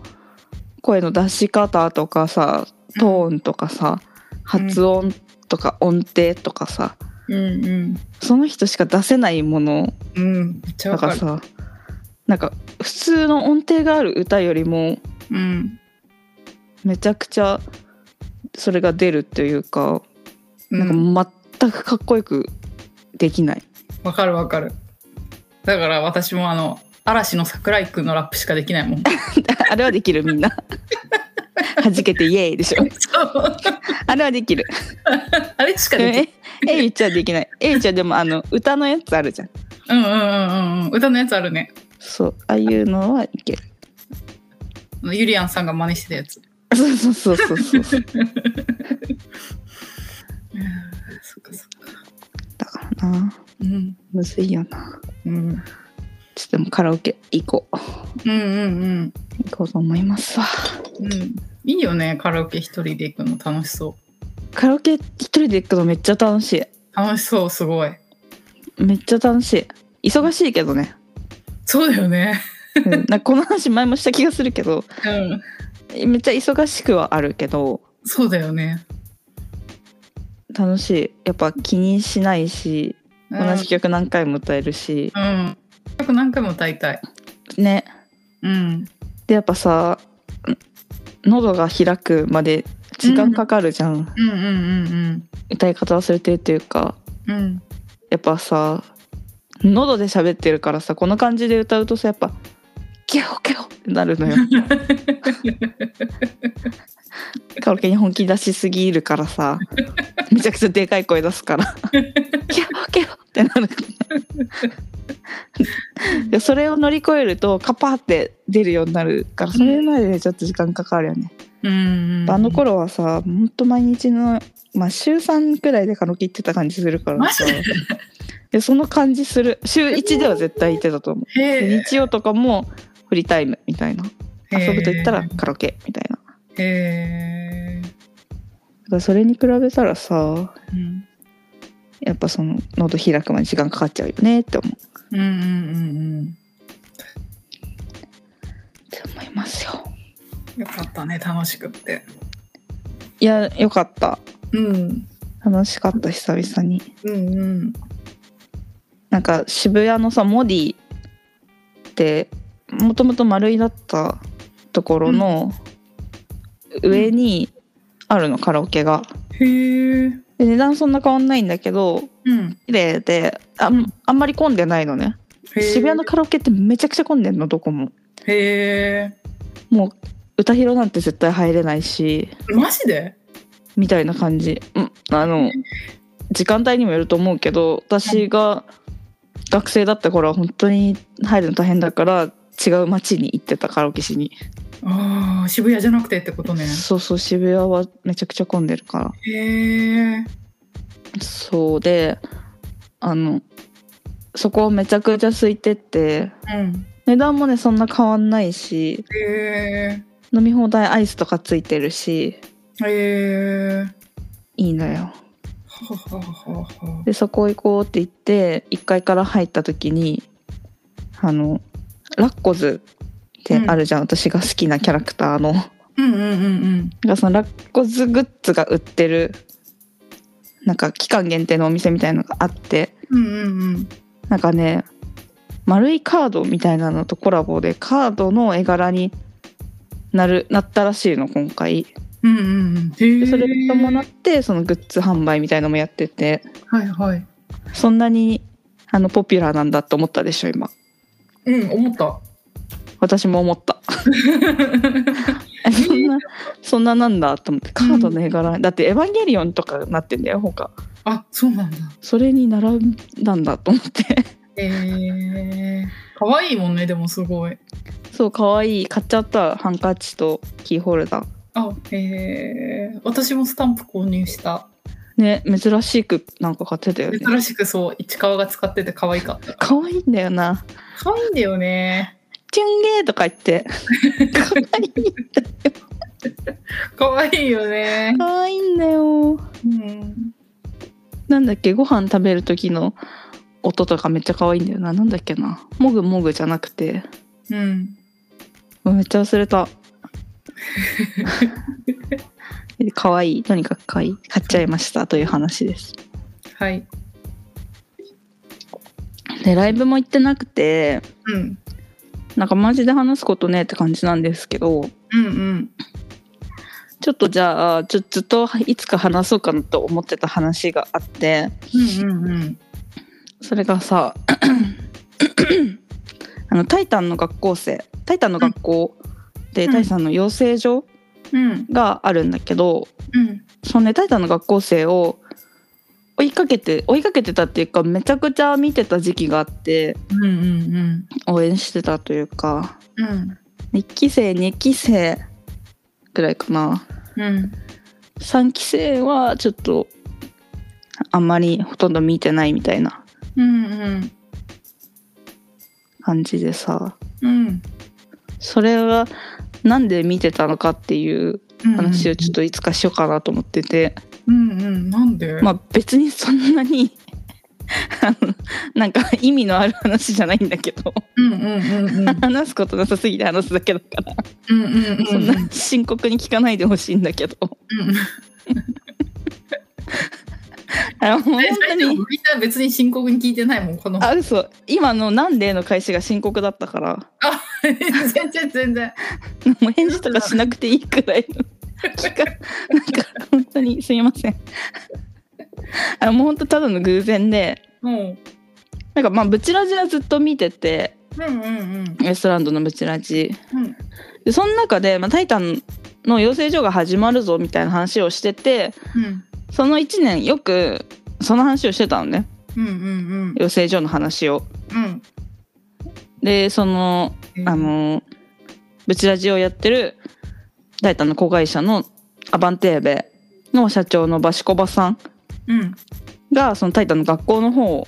[SPEAKER 1] 声の出し方とかさトーンとかさ発音とか音程とかさ
[SPEAKER 2] うんうん。
[SPEAKER 1] その人しか出せないもの
[SPEAKER 2] うん。めっちゃ
[SPEAKER 1] だ
[SPEAKER 2] わ
[SPEAKER 1] か
[SPEAKER 2] から
[SPEAKER 1] さ
[SPEAKER 2] る。
[SPEAKER 1] なんか普通の音程がある歌よりも
[SPEAKER 2] うん。
[SPEAKER 1] めちゃくちゃそれが出るというか
[SPEAKER 2] う。
[SPEAKER 1] なんんか全くかっこよくできない。
[SPEAKER 2] わかるわかる。だから私もあの、嵐の桜井くんのラップしかできないもん。
[SPEAKER 1] あれはできるみんな。弾けてイエーイでしょ。
[SPEAKER 2] そう
[SPEAKER 1] あれはできる。
[SPEAKER 2] あれしかできない。
[SPEAKER 1] え、えいちゃんできない。えいちゃんでもあの歌のやつあるじゃん。
[SPEAKER 2] うんうんうんうんうん。歌のやつあるね。
[SPEAKER 1] そう、ああいうのはいける。
[SPEAKER 2] あのゆりやんさんが真似してたやつ。
[SPEAKER 1] そうそうそうそうそうそう。
[SPEAKER 2] そっかそっか。
[SPEAKER 1] だからな、
[SPEAKER 2] うん。
[SPEAKER 1] むずいよな。
[SPEAKER 2] うん。
[SPEAKER 1] ちょっとでもカラオケ行こう。
[SPEAKER 2] うんうんうん。
[SPEAKER 1] 行こうと思いますわ。
[SPEAKER 2] うん。いいよね、カラオケ一人で行くの楽しそ
[SPEAKER 1] カラオケ一人で行くのめっちゃ楽し
[SPEAKER 2] う。楽しそう、すごい。
[SPEAKER 1] い。めっちゃ楽しい。忙しいけど ね。
[SPEAKER 2] そうだよね。
[SPEAKER 1] うんなんかこの話前もした気がするけど、
[SPEAKER 2] うん。
[SPEAKER 1] めっちゃ忙しくはあるけど、
[SPEAKER 2] そうだよね。
[SPEAKER 1] 楽しい。やっぱ気にしないし、
[SPEAKER 2] うん
[SPEAKER 1] 同じ曲何回も歌えるし、
[SPEAKER 2] うん。曲何回も歌いたい。
[SPEAKER 1] ね。
[SPEAKER 2] うん。
[SPEAKER 1] でやっぱさん喉が開くまで時間かかるじゃん、
[SPEAKER 2] うんうんうん
[SPEAKER 1] 歌い方忘れてるというか
[SPEAKER 2] うん。うん。
[SPEAKER 1] やっぱさ喉で喋ってるからさこの感じで歌うとさやっぱゲホゲホってなるのよカラオケに本気出しすぎるからさめちゃくちゃでかい声出すからゲホゲホってなるのでそれを乗り越えるとカパーって出るようになるからそれまでねちょっと時間かかるよね
[SPEAKER 2] うん。
[SPEAKER 1] あの頃はさほんと毎日の、まあ、週3くらいでカラオケ行ってた感じするからさ
[SPEAKER 2] マ
[SPEAKER 1] いやその感じする週1では絶対行ってたと思う
[SPEAKER 2] へ
[SPEAKER 1] で
[SPEAKER 2] え。
[SPEAKER 1] 日曜とかもフリータイムみたいな遊ぶと言ったらカラオケみたいなだか
[SPEAKER 2] へえ。
[SPEAKER 1] らそれに比べたらさ
[SPEAKER 2] うん
[SPEAKER 1] やっぱその喉開くまで時間かかっちゃうよねって思うっ
[SPEAKER 2] うんうん
[SPEAKER 1] て思いますよ
[SPEAKER 2] うん。よかったね、楽しくって。
[SPEAKER 1] いやよかった
[SPEAKER 2] うん。
[SPEAKER 1] 楽しかった久々に
[SPEAKER 2] うんうん。
[SPEAKER 1] なんか渋谷のさモディってもともと丸いだったところの上にあるの、カラオケが。
[SPEAKER 2] へえ。
[SPEAKER 1] で値段そんな変わんないんだけど
[SPEAKER 2] うん。
[SPEAKER 1] 綺麗であんあんまり混んでないのね
[SPEAKER 2] へー
[SPEAKER 1] 渋谷のカラオケってめちゃくちゃ混んでんのどこも
[SPEAKER 2] へ
[SPEAKER 1] もう歌広なんて絶対入れないし
[SPEAKER 2] え。マジで
[SPEAKER 1] みたいな感じうんあの時間帯にもよると思うけど私が学生だった頃は本当に入るの大変だから違う街に行ってたカラオケしに、
[SPEAKER 2] ああ、渋谷じゃなくてってことね。
[SPEAKER 1] そうそう渋谷はめちゃくちゃ混んでるか
[SPEAKER 2] へえ。
[SPEAKER 1] らそうであのそこめちゃくちゃ空いてって
[SPEAKER 2] うん。
[SPEAKER 1] 値段もねそんな変わんないし
[SPEAKER 2] へ
[SPEAKER 1] 飲み放題アイスとかついてるし
[SPEAKER 2] え。へえ。
[SPEAKER 1] いいのよ
[SPEAKER 2] はははは。
[SPEAKER 1] でそこ行こうって言って1階から入った時にあのラッコズってあるじゃん、私が好きなキャラクターの
[SPEAKER 2] うんうんうん
[SPEAKER 1] がそのラッコズグッズが売ってるなんか期間限定のお店みたいのがあって
[SPEAKER 2] うん。うんうんうん。
[SPEAKER 1] なんかね丸いカードみたいなのとコラボでカードの絵柄になるなったらしいの今回
[SPEAKER 2] うんうんうん。へ
[SPEAKER 1] で
[SPEAKER 2] え。
[SPEAKER 1] それに伴ってそのグッズ販売みたいのもやってて
[SPEAKER 2] はいはい。
[SPEAKER 1] そんなにあのポピュラーなんだと思ったでしょ今
[SPEAKER 2] うん、思った。
[SPEAKER 1] 私も思ったそんなそんななんだと思ってカードの絵柄、だって「エヴァンゲリオン」とかなってんだよ他
[SPEAKER 2] あ、そうなんだ。
[SPEAKER 1] それに並んだんだと思って
[SPEAKER 2] えー、かわいいもんね、でもすごい。
[SPEAKER 1] そう可愛い買っちゃったハンカチとキーホルダー
[SPEAKER 2] あ、えー、私もスタンプ購入した。
[SPEAKER 1] ね珍しくなんか買ってたよね
[SPEAKER 2] 珍しくそう市川が使ってて可愛かった
[SPEAKER 1] 可愛いんだよな
[SPEAKER 2] 可愛いんだよね
[SPEAKER 1] 「チュンゲー」とか言って 可愛い
[SPEAKER 2] 可愛いよね
[SPEAKER 1] 可愛いんだよ
[SPEAKER 2] うん
[SPEAKER 1] なんだっけご飯食べる時の音とかめっちゃ可愛いんだよななんだっけなもぐもぐじゃなくて
[SPEAKER 2] うん
[SPEAKER 1] うわめっちゃ忘れ た可愛いとにかく可愛い買っちゃいましたという話です
[SPEAKER 2] はい
[SPEAKER 1] でライブも行ってなくて
[SPEAKER 2] うん
[SPEAKER 1] なんかマジで話すことねって感じなんですけど
[SPEAKER 2] うんうん
[SPEAKER 1] ちょっとじゃあちょずっといつか話そうかなと思ってた話があって
[SPEAKER 2] うんうんうん
[SPEAKER 1] それがさ あのタイタンの学校生タイタンの学校で、
[SPEAKER 2] うん
[SPEAKER 1] タイさんの養成所
[SPEAKER 2] うん
[SPEAKER 1] があるんだけど
[SPEAKER 2] うん
[SPEAKER 1] そのねタイタンの学校生を追いかけて追いかけてたっていうかめちゃくちゃ見てた時期があって
[SPEAKER 2] うんうんうん
[SPEAKER 1] 応援してたというか
[SPEAKER 2] うん
[SPEAKER 1] 1期生2期生ぐらいかな
[SPEAKER 2] うん
[SPEAKER 1] 3期生はちょっとあんまりほとんど見てないみたいな
[SPEAKER 2] うんうん
[SPEAKER 1] 感じでさ
[SPEAKER 2] うん
[SPEAKER 1] それはなんで見てたのかっていう
[SPEAKER 2] うん
[SPEAKER 1] 話をちょっといつかしようかなと思ってて、
[SPEAKER 2] うんうんなんで
[SPEAKER 1] まあ別にそんなに あのなんか意味のある話じゃないんだけど
[SPEAKER 2] うんうんうんうん
[SPEAKER 1] 話すことなさすぎて話すだけだから、
[SPEAKER 2] うんうんうんうん
[SPEAKER 1] そんな深刻に聞かないでほしいんだけど あの本
[SPEAKER 2] え
[SPEAKER 1] 当
[SPEAKER 2] 大丈夫
[SPEAKER 1] に
[SPEAKER 2] みんな別に深刻に聞いてないもんこの
[SPEAKER 1] あ嘘今の「なんで?」の返しが深刻だった から。
[SPEAKER 2] 全然全然
[SPEAKER 1] もう返事とかしなくていいくらいの期間なんか本当にすみませんあもう本当ただの偶然で
[SPEAKER 2] も
[SPEAKER 1] なんかまあブチラジはずっと見てて
[SPEAKER 2] ううんうんうん
[SPEAKER 1] ウエストランドのブチラジ
[SPEAKER 2] うん
[SPEAKER 1] でその中で、まあ「タイタン」の養成所が始まるぞみたいな話をしてて
[SPEAKER 2] うん
[SPEAKER 1] その1年よくその話をしてたのね
[SPEAKER 2] うんうんうん
[SPEAKER 1] 養成所の話を
[SPEAKER 2] うん
[SPEAKER 1] でその
[SPEAKER 2] うん
[SPEAKER 1] あのブチラジをやってるタイタンの子会社のアバンテーベの社長のバシコバさん
[SPEAKER 2] うん
[SPEAKER 1] がそのタイタンの学校の方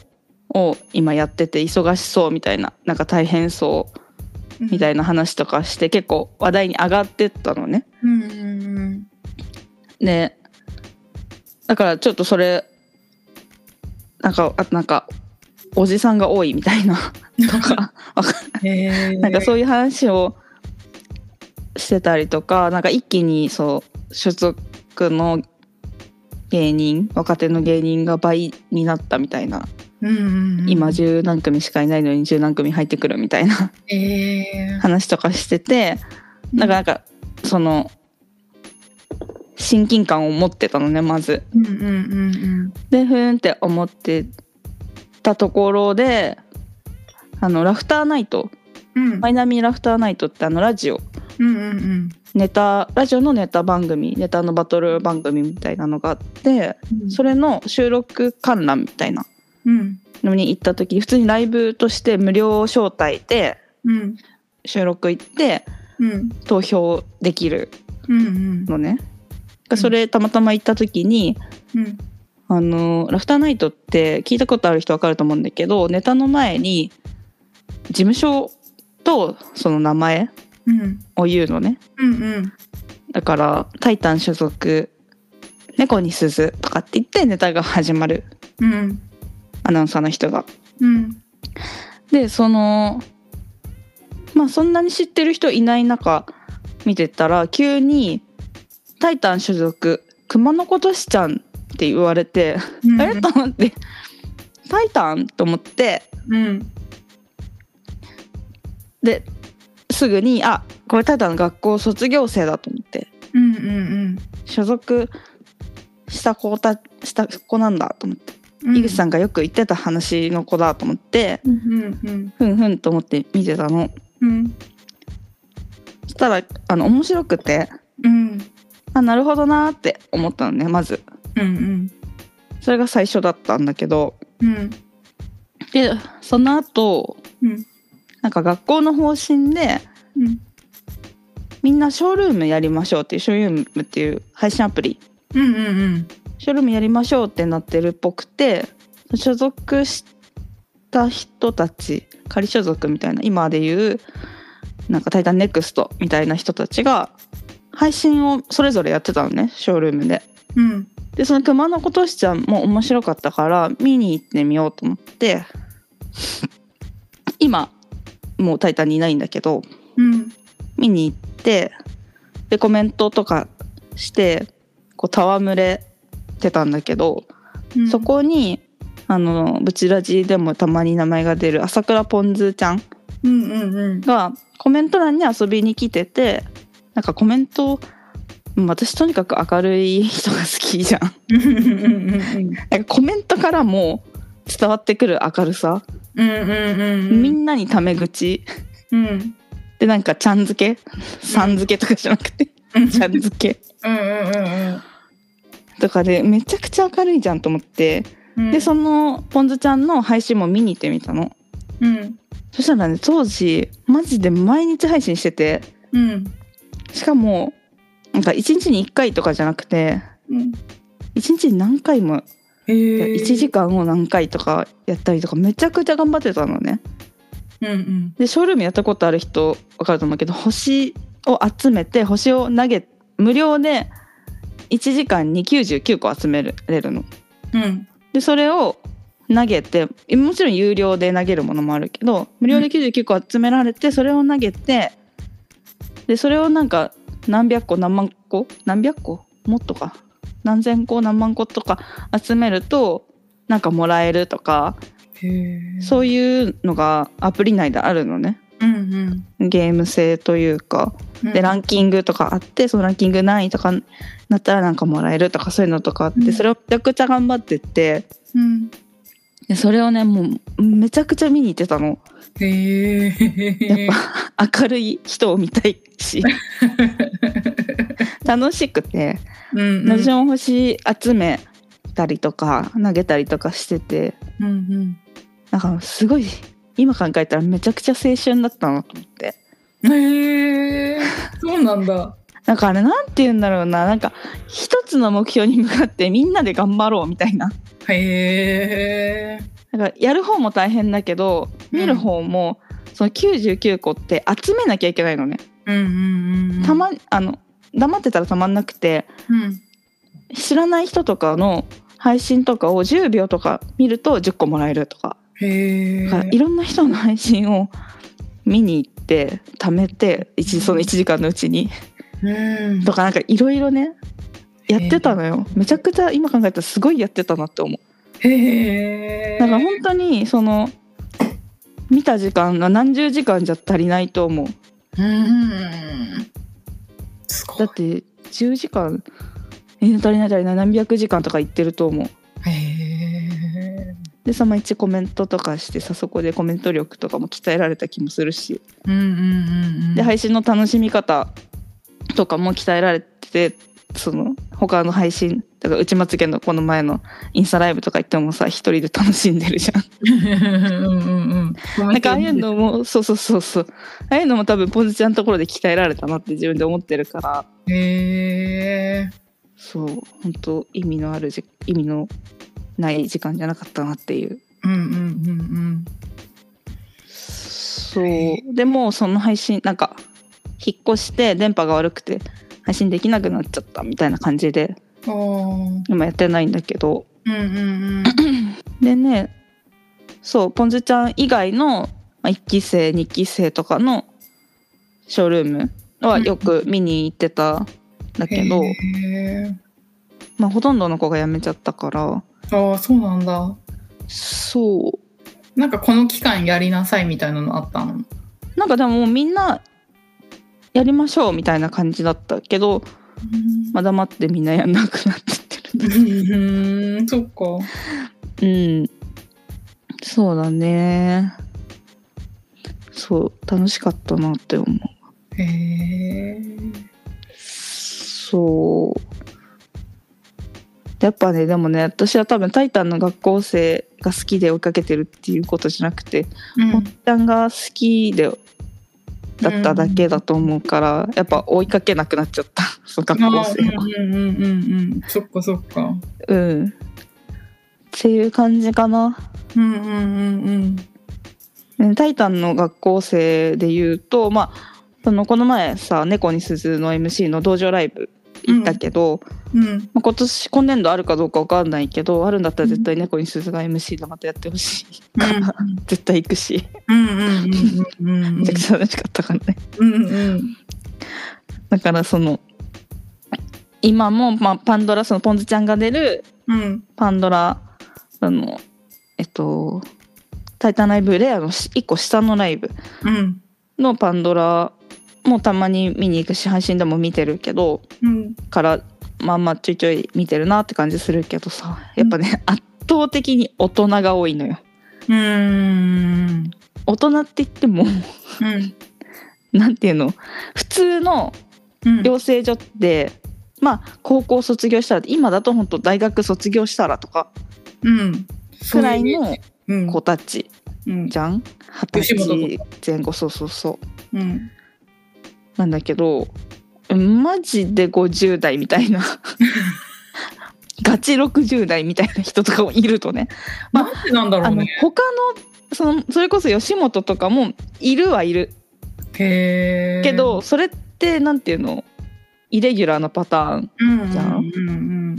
[SPEAKER 1] を今やってて忙しそうみたいななんか大変そうみたい
[SPEAKER 2] な
[SPEAKER 1] な話とかして結構話題に上がってったのね。
[SPEAKER 2] うんうんうん
[SPEAKER 1] でだからちょっとそれなんかあとなんかおじさんが多いみたいなとか
[SPEAKER 2] へー
[SPEAKER 1] なんかそういう話をしてたりとかなんか一気にそう所属の芸人若手の芸人が倍になったみたいな
[SPEAKER 2] うんうんうん
[SPEAKER 1] 今十何組しかいないのに十何組入ってくるみたいな
[SPEAKER 2] えー
[SPEAKER 1] 話とかしててなんかなんかその親近感を持ってたのねまず。
[SPEAKER 2] うんうんうん
[SPEAKER 1] でふーんって思ってたところであのラフターナイト
[SPEAKER 2] うんうん
[SPEAKER 1] マイナミラフターナイトってあのラジオ
[SPEAKER 2] うんうんうん
[SPEAKER 1] ネタラジオのネタ番組ネタのバトル番組みたいなのがあって
[SPEAKER 2] うん
[SPEAKER 1] それの収録観覧みたいな
[SPEAKER 2] うん
[SPEAKER 1] のに行った時に普通にライブとして無料招待で
[SPEAKER 2] うん
[SPEAKER 1] 収録行って
[SPEAKER 2] うん
[SPEAKER 1] 投票できる
[SPEAKER 2] うんうん
[SPEAKER 1] のね。
[SPEAKER 2] うん
[SPEAKER 1] それたまたま行った時に、
[SPEAKER 2] うん
[SPEAKER 1] あのラフターナイトって聞いたことある人わかると思うんだけどネタの前に事務所とその名前
[SPEAKER 2] うん
[SPEAKER 1] を言うのね
[SPEAKER 2] うんうん
[SPEAKER 1] だから「タイタン」所属「猫に鈴」とかって言ってネタが始まる
[SPEAKER 2] うん
[SPEAKER 1] アナウンサーの人が。
[SPEAKER 2] うん
[SPEAKER 1] でそのまあそんなに知ってる人いない中見てたら急に「タイタン」所属「熊の子としちゃん」って言われて
[SPEAKER 2] うん
[SPEAKER 1] あれ と思って「タイタン?」と思って
[SPEAKER 2] うん
[SPEAKER 1] ですぐに「あこれタイタンの学校卒業生だ」と思って
[SPEAKER 2] うんうん
[SPEAKER 1] 所属した子たした子なんだと思って、
[SPEAKER 2] うん
[SPEAKER 1] 井口さんがよく言ってた話の子だと思って
[SPEAKER 2] うんうん
[SPEAKER 1] ふんふんと思って見てたの
[SPEAKER 2] うん
[SPEAKER 1] そしたらあの面白くて
[SPEAKER 2] うん
[SPEAKER 1] あなるほどなーって思ったのねまず
[SPEAKER 2] うん
[SPEAKER 1] それが最初だったんだけど
[SPEAKER 2] うん
[SPEAKER 1] でその後
[SPEAKER 2] うん
[SPEAKER 1] なんか学校の方針で
[SPEAKER 2] うん
[SPEAKER 1] みんなショールームやりましょうっていうショールームっていう配信アプリ
[SPEAKER 2] うんうん
[SPEAKER 1] ショールームやりましょうってなってるっぽくて所属した人たち仮所属みたいな今でいうなんか「タイタンネクストみたいな人たちが配信をそれぞれやってたのねショールームで。
[SPEAKER 2] うん
[SPEAKER 1] でその熊のことしちゃんも面白かったから見に行ってみようと思って 今もう「タイタン」にいないんだけど
[SPEAKER 2] うん
[SPEAKER 1] 見に行ってでコメントとかしてこう戯れてたんだけど、
[SPEAKER 2] うん
[SPEAKER 1] そこにあのブチラジでもたまに名前が出る朝倉ポンズちゃん
[SPEAKER 2] うんうんうん
[SPEAKER 1] がコメント欄に遊びに来ててなんかコメントうん私とにかく明るい人が好きじゃん。
[SPEAKER 2] うんうんうんうん
[SPEAKER 1] なんかコメントからも伝わってくる明るさ、
[SPEAKER 2] うんうん
[SPEAKER 1] みんなにタメ口
[SPEAKER 2] うんうん
[SPEAKER 1] でなんかちゃんづけさんづけとかじゃなくて
[SPEAKER 2] うん
[SPEAKER 1] ちゃんづけ
[SPEAKER 2] うんうんうん
[SPEAKER 1] とかでめちゃくちゃ明るいじゃんと思って
[SPEAKER 2] うん
[SPEAKER 1] でそのポンズちゃんの配信も見に行ってみたの
[SPEAKER 2] うん
[SPEAKER 1] そしたらね当時マジで毎日配信してて
[SPEAKER 2] うん
[SPEAKER 1] しかもなんか1日に1回とかじゃなくて
[SPEAKER 2] うん
[SPEAKER 1] 1日に何回も
[SPEAKER 2] へえ
[SPEAKER 1] 1時間を何回とかやったりとかめちゃくちゃ頑張ってたのね
[SPEAKER 2] うん
[SPEAKER 1] でショールームやったことある人分かると思うけど星を集めて星を投げ無料で1時間に99個集めれるの。
[SPEAKER 2] うんうん
[SPEAKER 1] でそれを投げてえもちろん有料で投げるものもあるけど無料で99個集められてそれを投げてでそれをなんか何百個何万個何百個もっとか何千個何万個とか集めるとなんかもらえるとか
[SPEAKER 2] へえ
[SPEAKER 1] そういうのがアプリ内であるのね。
[SPEAKER 2] うんうん
[SPEAKER 1] ゲーム性というか
[SPEAKER 2] うん
[SPEAKER 1] でランキングとかあってそのランキング何位とかになったらなんかもらえるとかそういうのとかあっ
[SPEAKER 2] う
[SPEAKER 1] て
[SPEAKER 2] ん
[SPEAKER 1] それをめちゃくちゃ頑張ってって
[SPEAKER 2] うん
[SPEAKER 1] でそれをねもうめちゃくちゃ見に行ってたの
[SPEAKER 2] へえ
[SPEAKER 1] やっぱ 明るい人を見たいし楽しくて
[SPEAKER 2] うん
[SPEAKER 1] ラジオン星集めたりとか投げたりとかしてて
[SPEAKER 2] うんうん
[SPEAKER 1] なんかすごい今考えたらめちゃくちゃ青春だったなと思って
[SPEAKER 2] へえそうなんだ
[SPEAKER 1] なんかあれなんて言うんだろうななんか一つの目標に向かってみんなで頑張ろうみたいな
[SPEAKER 2] へえ
[SPEAKER 1] なんかやる方も大変だけど
[SPEAKER 2] うん
[SPEAKER 1] 見る方も、その99個って集めなきゃいけないのね、
[SPEAKER 2] うんうんうん
[SPEAKER 1] たまあの黙ってたらたまんなくて
[SPEAKER 2] うん
[SPEAKER 1] 知らない人とかの配信とかを10秒とか見ると10個もらえるとか,、
[SPEAKER 2] へえ
[SPEAKER 1] だからいろんな人の配信を見に行って貯めて一その1時間のうちに
[SPEAKER 2] うん
[SPEAKER 1] とかなんかいろいろねやってたのよめちゃくちゃ今考えたらすごいやってたなって思う
[SPEAKER 2] へえ
[SPEAKER 1] だから本当にその見た時間が何十時間じゃ足りないと思う
[SPEAKER 2] うんすご
[SPEAKER 1] だ
[SPEAKER 2] い
[SPEAKER 1] って10時間えー足りない足りない何百時間とか言ってると思う
[SPEAKER 2] へえ
[SPEAKER 1] でさま一コメントとかしてさそこでコメント力とかも鍛えられた気もするし
[SPEAKER 2] うんうんうんうん
[SPEAKER 1] で配信の楽しみ方とかも鍛えられててその他の配信だから内まつげのこの前のインスタライブとか行ってもさ一人で楽しんでるじゃん
[SPEAKER 2] うんうんうん
[SPEAKER 1] なんかああいうのもそうそうそうそうああいうのも多分ポンズちゃんのところで鍛えられたなって自分で思ってるから
[SPEAKER 2] へえ
[SPEAKER 1] そう本当意味のあるじ意味のない時間じゃなかったなっていう
[SPEAKER 2] うんうんうん
[SPEAKER 1] そうでもうその配信なんか引っ越して電波が悪くて配信できなくなっちゃったみたいな感じで
[SPEAKER 2] うんおー
[SPEAKER 1] 今やってないんだけど
[SPEAKER 2] うんうんうん
[SPEAKER 1] でねそうポンズちゃん以外の1期生2期生とかのショールームはよく見に行ってたんだけど、
[SPEAKER 2] へえ
[SPEAKER 1] まあ、ほとんどの子が辞めちゃったから
[SPEAKER 2] ああそうなんだ
[SPEAKER 1] そう
[SPEAKER 2] なんかこの期間やりなさいみたいなのあったの
[SPEAKER 1] なんかでももうみんなやりましょうみたいな感じだったけど、まあ、黙ってみんなやんなくなってって
[SPEAKER 2] うーんそっ か
[SPEAKER 1] る。うん。そうだね。そう、楽しかったなって思う。
[SPEAKER 2] へえ
[SPEAKER 1] そう。やっぱね、でもね、私は多分タイタンの学校生が好きで追いかけてるっていうことじゃなくて、
[SPEAKER 2] う
[SPEAKER 1] ポン
[SPEAKER 2] ん
[SPEAKER 1] ちゃんが好きでだっただけだと思うから、やっぱ追いかけなくなっちゃったその学校
[SPEAKER 2] あ
[SPEAKER 1] 生を。
[SPEAKER 2] ーうんうんうんうんうんそっかそっか
[SPEAKER 1] うん、っていう感じかな。
[SPEAKER 2] うんうんうんうん
[SPEAKER 1] ねタイタンの学校生で言うと、まあ、そのこの前さ「猫に鈴」の MC の道場ライブ行ったけど、
[SPEAKER 2] うん
[SPEAKER 1] まあ、今年今年度あるかどうかわかんないけどあるんだったら絶対猫に鈴が MC だまたやってほしい、絶対行くし
[SPEAKER 2] うんうんうんうんうん
[SPEAKER 1] めちゃくちゃ楽しかったからね、
[SPEAKER 2] うんうん
[SPEAKER 1] だからその今も、まあ、パンドラそのポンズちゃんが出る
[SPEAKER 2] うん
[SPEAKER 1] パンドラあのえっと「タイタンライブレア」の1個下のライブ
[SPEAKER 2] うん
[SPEAKER 1] のパンドラもたまに見に行くし配信でも見てるけど
[SPEAKER 2] うん
[SPEAKER 1] からまあまあちょいちょい見てるなって感じするけどさやっぱね、圧倒的に大人が多いのよ
[SPEAKER 2] うーん
[SPEAKER 1] 大人って言っても
[SPEAKER 2] うん
[SPEAKER 1] なんていうの普通の
[SPEAKER 2] うん
[SPEAKER 1] 養成所って、まあ高校卒業したら今だと本当大学卒業したらとか
[SPEAKER 2] うん
[SPEAKER 1] くらいの
[SPEAKER 2] うん
[SPEAKER 1] 子たち
[SPEAKER 2] うん
[SPEAKER 1] じゃん二十
[SPEAKER 2] 吉本
[SPEAKER 1] 歳前後そうそうそう
[SPEAKER 2] うん
[SPEAKER 1] なんだけどマジで50代みた いなガチ60代みたいな人とかもいるとね
[SPEAKER 2] なんでなんだろ
[SPEAKER 1] あ
[SPEAKER 2] う
[SPEAKER 1] の
[SPEAKER 2] ね
[SPEAKER 1] 他のそのそれこそ吉本とかもいるはいる
[SPEAKER 2] へー
[SPEAKER 1] けど、それってなんていうのイレギュラーなパターン
[SPEAKER 2] うんうん
[SPEAKER 1] じゃん
[SPEAKER 2] うんうん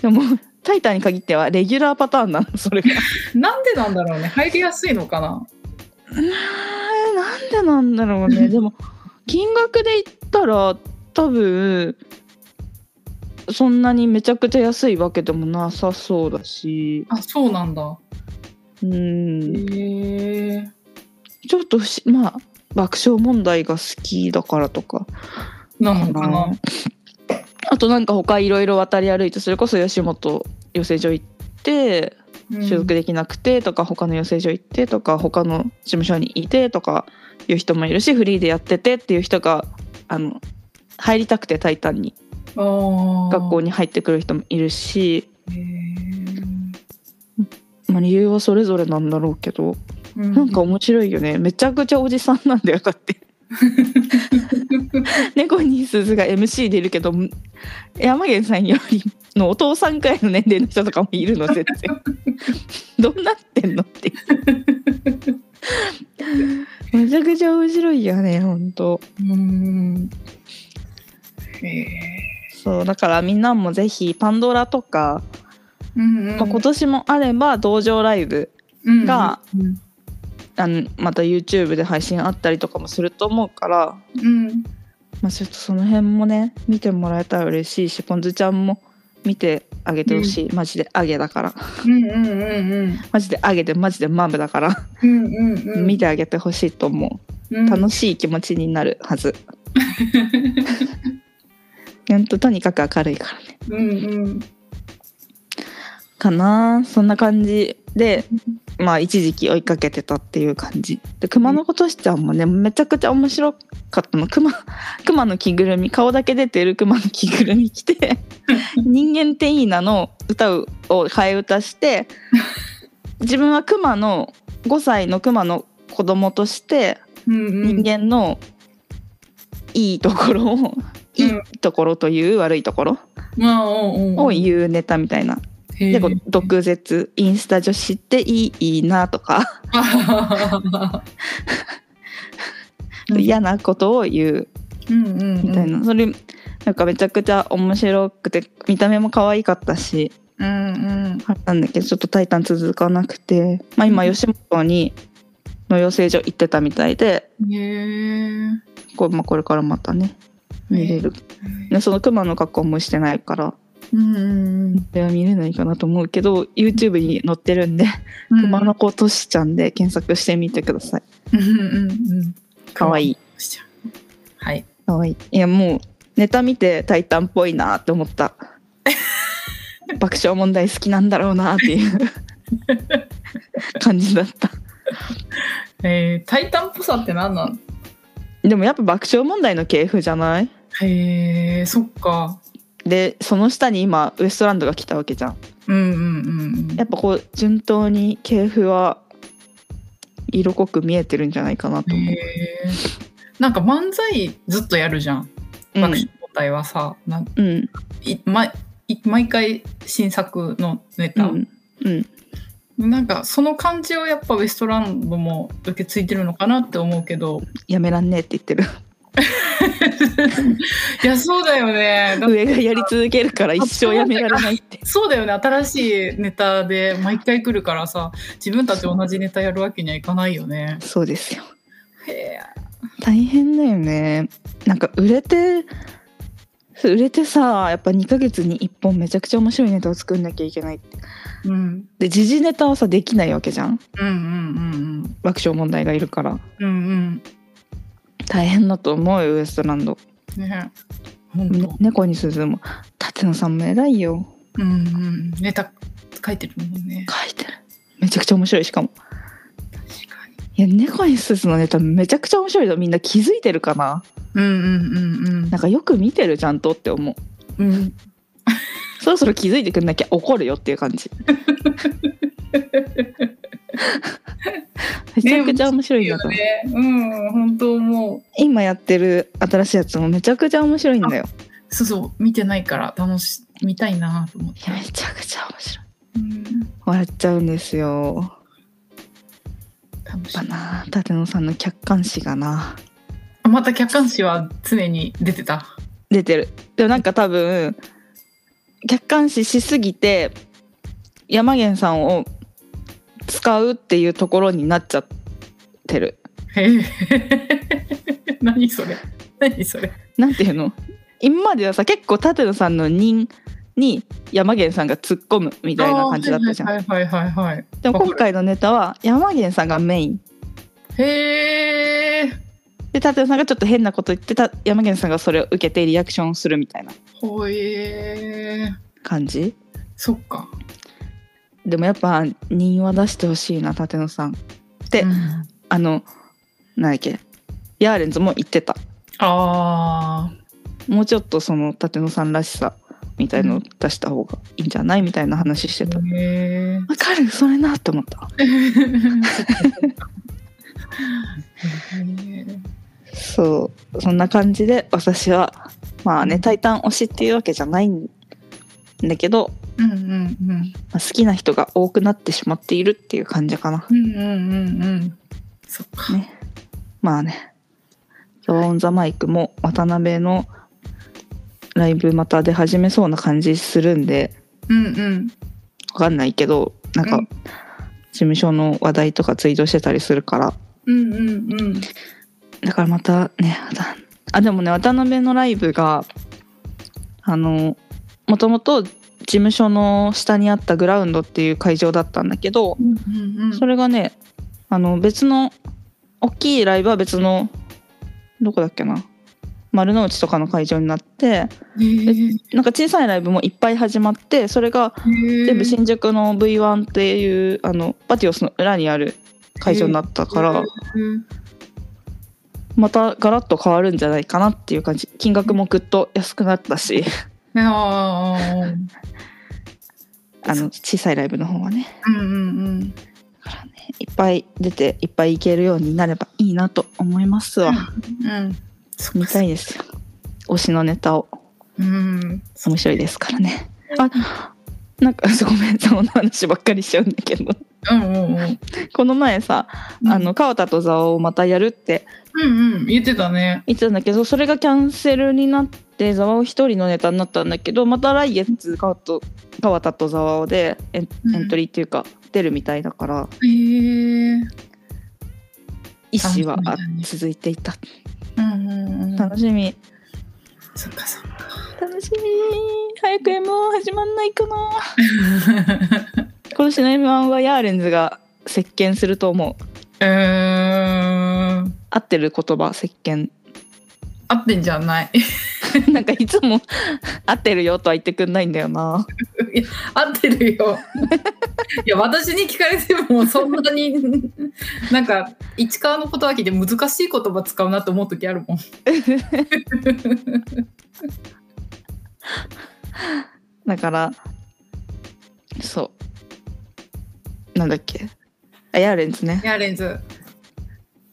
[SPEAKER 1] でも「タイタン」に限ってはレギュラーパターンなのそれが。
[SPEAKER 2] なんでなんだろうね入りやすいのかな
[SPEAKER 1] うーんなんでなんだろう ねでも金額で言ったら多分そんなにめちゃくちゃ安いわけでもなさそうだし
[SPEAKER 2] あそうなんだ
[SPEAKER 1] う
[SPEAKER 2] へ
[SPEAKER 1] ん
[SPEAKER 2] え
[SPEAKER 1] ちょっと不思まあ爆笑問題が好きだからとか
[SPEAKER 2] なのかな
[SPEAKER 1] あとなんか他いろいろ渡り歩いてそれこそ吉本養成所行って
[SPEAKER 2] うん
[SPEAKER 1] 所属できなくてとか、他の養成所行ってとか他の事務所にいてとかいう人もいるしフリーでやっててっていう人があの入りたくて「タイタン」に
[SPEAKER 2] あー
[SPEAKER 1] 学校に入ってくる人もいるし、
[SPEAKER 2] へー
[SPEAKER 1] まあ、理由はそれぞれなんだろうけど
[SPEAKER 2] うん
[SPEAKER 1] なんか面白いよねめちゃくちゃおじさんなんだよだって 猫に鈴が MC でいるけど山源さんよりのお父さんくらいの年齢の人とかもいるの全 然どうなってんのってめちゃくちゃ面白いよねほんと
[SPEAKER 2] うんへ
[SPEAKER 1] そうだからみんなもぜひパンドラとか、
[SPEAKER 2] ーうんうん
[SPEAKER 1] まあ、今年もあれば道場ライブが
[SPEAKER 2] うん
[SPEAKER 1] あのまた YouTube で配信あったりとかもすると思うから、
[SPEAKER 2] うん
[SPEAKER 1] まあ、ちょっとその辺もね見てもらえたら嬉しいしポンズちゃんも見てあげてほしい、マジであげだから
[SPEAKER 2] うんうんうん
[SPEAKER 1] マジであげでマジでマムだから、
[SPEAKER 2] うんうんうんうん
[SPEAKER 1] 見てあげてほしいと思
[SPEAKER 2] う
[SPEAKER 1] うん楽しい気持ちになるはず、ほんととにかく明るいからね
[SPEAKER 2] うんうん
[SPEAKER 1] かなそんな感じでまあ一時期追いかけてたっていう感じで熊のことしちゃんもねめちゃくちゃ面白かったの熊熊の着ぐるみ顔だけ出てる熊の着ぐるみ着 て「人間っていいな」の歌を替え歌して自分は熊の5歳の熊の子供として
[SPEAKER 2] うんうん
[SPEAKER 1] 人間のいいところを、いいところという悪いところ
[SPEAKER 2] まあうんうんうん
[SPEAKER 1] を言うネタみたいな。
[SPEAKER 2] へー
[SPEAKER 1] でこう 毒舌インスタ女子っていいなとか。
[SPEAKER 2] あはははうん
[SPEAKER 1] 嫌なことを言う
[SPEAKER 2] うんうん
[SPEAKER 1] みたいな、それなんかめちゃくちゃ面白くて見た目も可愛かったし
[SPEAKER 2] うんうん
[SPEAKER 1] あれなんだけどちょっと「タイタン」続かなくて、まあ、今
[SPEAKER 2] うん
[SPEAKER 1] 吉本にの養成所行ってたみたいで
[SPEAKER 2] へえ
[SPEAKER 1] こう、まあ、これからまたね見れる、ね、その熊の格好もしてないから
[SPEAKER 2] うんうんうん
[SPEAKER 1] これは見れないかなと思うけど YouTube に載ってるんで「熊の子としちゃん」で検索してみてください
[SPEAKER 2] うんうんうん
[SPEAKER 1] 可愛い
[SPEAKER 2] はい
[SPEAKER 1] 可愛いいやもうネタ見て「タイタン」っぽいなって思った 爆笑問題好きなんだろうなっていう 感じだった
[SPEAKER 2] えー、タイタンっぽさって何なん
[SPEAKER 1] でもやっぱ爆笑問題の系譜じゃない
[SPEAKER 2] へえそっか
[SPEAKER 1] でその下に今ウエストランドが来たわけじゃん
[SPEAKER 2] うんうんうん
[SPEAKER 1] やっぱこう順当に系譜は色濃く見えてるんじゃないかな
[SPEAKER 2] うん
[SPEAKER 1] と思う、
[SPEAKER 2] へえなんか漫才ずっとやるじゃん
[SPEAKER 1] うん
[SPEAKER 2] 爆笑問題はさ、なん
[SPEAKER 1] うん
[SPEAKER 2] い毎い毎回新作のネ
[SPEAKER 1] う
[SPEAKER 2] タ、
[SPEAKER 1] んうん
[SPEAKER 2] なんかその感じをやっぱウエストランドも受け継いでるのかなって思うけど
[SPEAKER 1] やめらんねえって言ってる
[SPEAKER 2] いやそうだよねだ
[SPEAKER 1] 上がやり続けるから一生やめられないって
[SPEAKER 2] そうだよね新しいネタで毎回来るからさ自分たち同じネタやるわけにはいかないよね。
[SPEAKER 1] そうですよ
[SPEAKER 2] へ
[SPEAKER 1] 大変だよねなんか売れて売れてさやっぱ2ヶ月に1本めちゃくちゃ面白いネタを作んなきゃいけないって
[SPEAKER 2] ーうん
[SPEAKER 1] で時事ネタはさできないわけじゃん
[SPEAKER 2] うんうん
[SPEAKER 1] 爆笑問題がいるから
[SPEAKER 2] うんうんうん
[SPEAKER 1] 大変だと思うよウエストランド、
[SPEAKER 2] うんね本
[SPEAKER 1] ね
[SPEAKER 2] 当、
[SPEAKER 1] 猫に鈴も舘野さんも偉いよ
[SPEAKER 2] うんうんネタ書いてるもんね
[SPEAKER 1] 書いてるめちゃくちゃ面白いしかも
[SPEAKER 2] 確かに
[SPEAKER 1] いや猫に鈴のネタめちゃくちゃ面白いのみんな気づいてるかな
[SPEAKER 2] うんうん
[SPEAKER 1] なんかよく見てるちゃんとって思う
[SPEAKER 2] うんうんうん
[SPEAKER 1] そろそろ気づいてくんなきゃ怒るよっていう感 じ。めちゃくちゃ面白いんだから、
[SPEAKER 2] ねうん本当もう
[SPEAKER 1] 今やってる新しいやつもめちゃくちゃ面白いんだよ。
[SPEAKER 2] そうそう見てないから楽しみたいなと思って
[SPEAKER 1] いやめちゃくちゃ面白い。
[SPEAKER 2] うん
[SPEAKER 1] 笑っちゃうんですよ。
[SPEAKER 2] 楽し
[SPEAKER 1] やっ
[SPEAKER 2] み
[SPEAKER 1] ぱな舘野さんの客観視がな
[SPEAKER 2] あまた客観視は常に出てた
[SPEAKER 1] 出てる。でもなんか多分客観視しすぎて山源さんを使うっていうところになっちゃってる。
[SPEAKER 2] へえ 何それ何それ
[SPEAKER 1] なんていうの今まではさ結構舘野さんの「人」に山源さんが突っ込むみたいな感じだったじゃん、
[SPEAKER 2] はいはいはいはいはい
[SPEAKER 1] でも今回のネタは山源さんがメイン
[SPEAKER 2] へえ
[SPEAKER 1] で舘野さんがちょっと変なこと言ってた山源さんがそれを受けてリアクションをするみたいな
[SPEAKER 2] ほえー
[SPEAKER 1] 感じ
[SPEAKER 2] そっか
[SPEAKER 1] でもやっぱ「人」は出してほしいな舘野さんで
[SPEAKER 2] うん
[SPEAKER 1] あのなんだっけヤーレンズも言ってた
[SPEAKER 2] あー
[SPEAKER 1] もうちょっとその舘野さんらしさみたいのを出した方がいいんじゃないみたいな話してたわ
[SPEAKER 2] へえ
[SPEAKER 1] かるそれなって思った
[SPEAKER 2] そっかそっかへー
[SPEAKER 1] そうそんな感じで私はまあね「タイタン」推しっていうわけじゃないんだけど、
[SPEAKER 2] うんうんうん
[SPEAKER 1] まあ好きな人が多くなってしまっているっていう感じかな
[SPEAKER 2] うんうんうんうんそっか、
[SPEAKER 1] ねまあね「今日オン・ザ・マイク」も渡辺のライブまた出始めそうな感じするんで
[SPEAKER 2] うんうん
[SPEAKER 1] わかんないけどなんか、
[SPEAKER 2] うん
[SPEAKER 1] 事務所の話題とかツイートしてたりするから
[SPEAKER 2] うんうんうん
[SPEAKER 1] だからまたねわたあでもね渡辺のライブがあのもともと事務所の下にあったグラウンドっていう会場だったんだけど
[SPEAKER 2] うんうんうん
[SPEAKER 1] それがねあの別の大きいライブは別のどこだっけな丸の内とかの会場になって
[SPEAKER 2] へえ
[SPEAKER 1] なんか小さいライブもいっぱい始まってそれが全部新宿の V1 っていうあのバティオスの裏にある会場になったから。
[SPEAKER 2] うん
[SPEAKER 1] またガラッと変わるんじゃないかなっていう感じ金額もぐっと安くなった し
[SPEAKER 2] ああ
[SPEAKER 1] あの小さいライブの方はね
[SPEAKER 2] うんうんうん
[SPEAKER 1] だからねいっぱい出ていっぱい行けるようになればいいなと思いますわ
[SPEAKER 2] うんそっ
[SPEAKER 1] 見
[SPEAKER 2] か
[SPEAKER 1] たいですよ推しのネタを
[SPEAKER 2] うん
[SPEAKER 1] 面白いですからねあなんか ごめんその話ばっかりしちゃうんだけど
[SPEAKER 2] うんうんうん
[SPEAKER 1] この前さあの川田と蔵をまたやるって
[SPEAKER 2] うんうん言ってたね
[SPEAKER 1] 言ってたんだけどそれがキャンセルになってざわお一人のネタになったんだけどまた来月川と川田とざわおでエン
[SPEAKER 2] うん
[SPEAKER 1] エントリーっていうか出るみたいだから
[SPEAKER 2] へえ
[SPEAKER 1] 意思はあ
[SPEAKER 2] 楽しみだね
[SPEAKER 1] 続いていた
[SPEAKER 2] うんうんうん
[SPEAKER 1] 楽しみ
[SPEAKER 2] そっかそっか
[SPEAKER 1] 楽しみ早く m 1始まんないかな今年の m 1はヤーレンズが席巻すると思う
[SPEAKER 2] うーん
[SPEAKER 1] 合ってる言葉席巻
[SPEAKER 2] 合ってんじゃない
[SPEAKER 1] なんかいつも合ってるよとは言ってくんないんだよな
[SPEAKER 2] 合ってる よいや私に聞かれてもそんなになんか市川のことわけで難しい言葉使うなと思う時あるもん
[SPEAKER 1] だからそうなんだっけあヤーレンズね
[SPEAKER 2] ヤーレンズ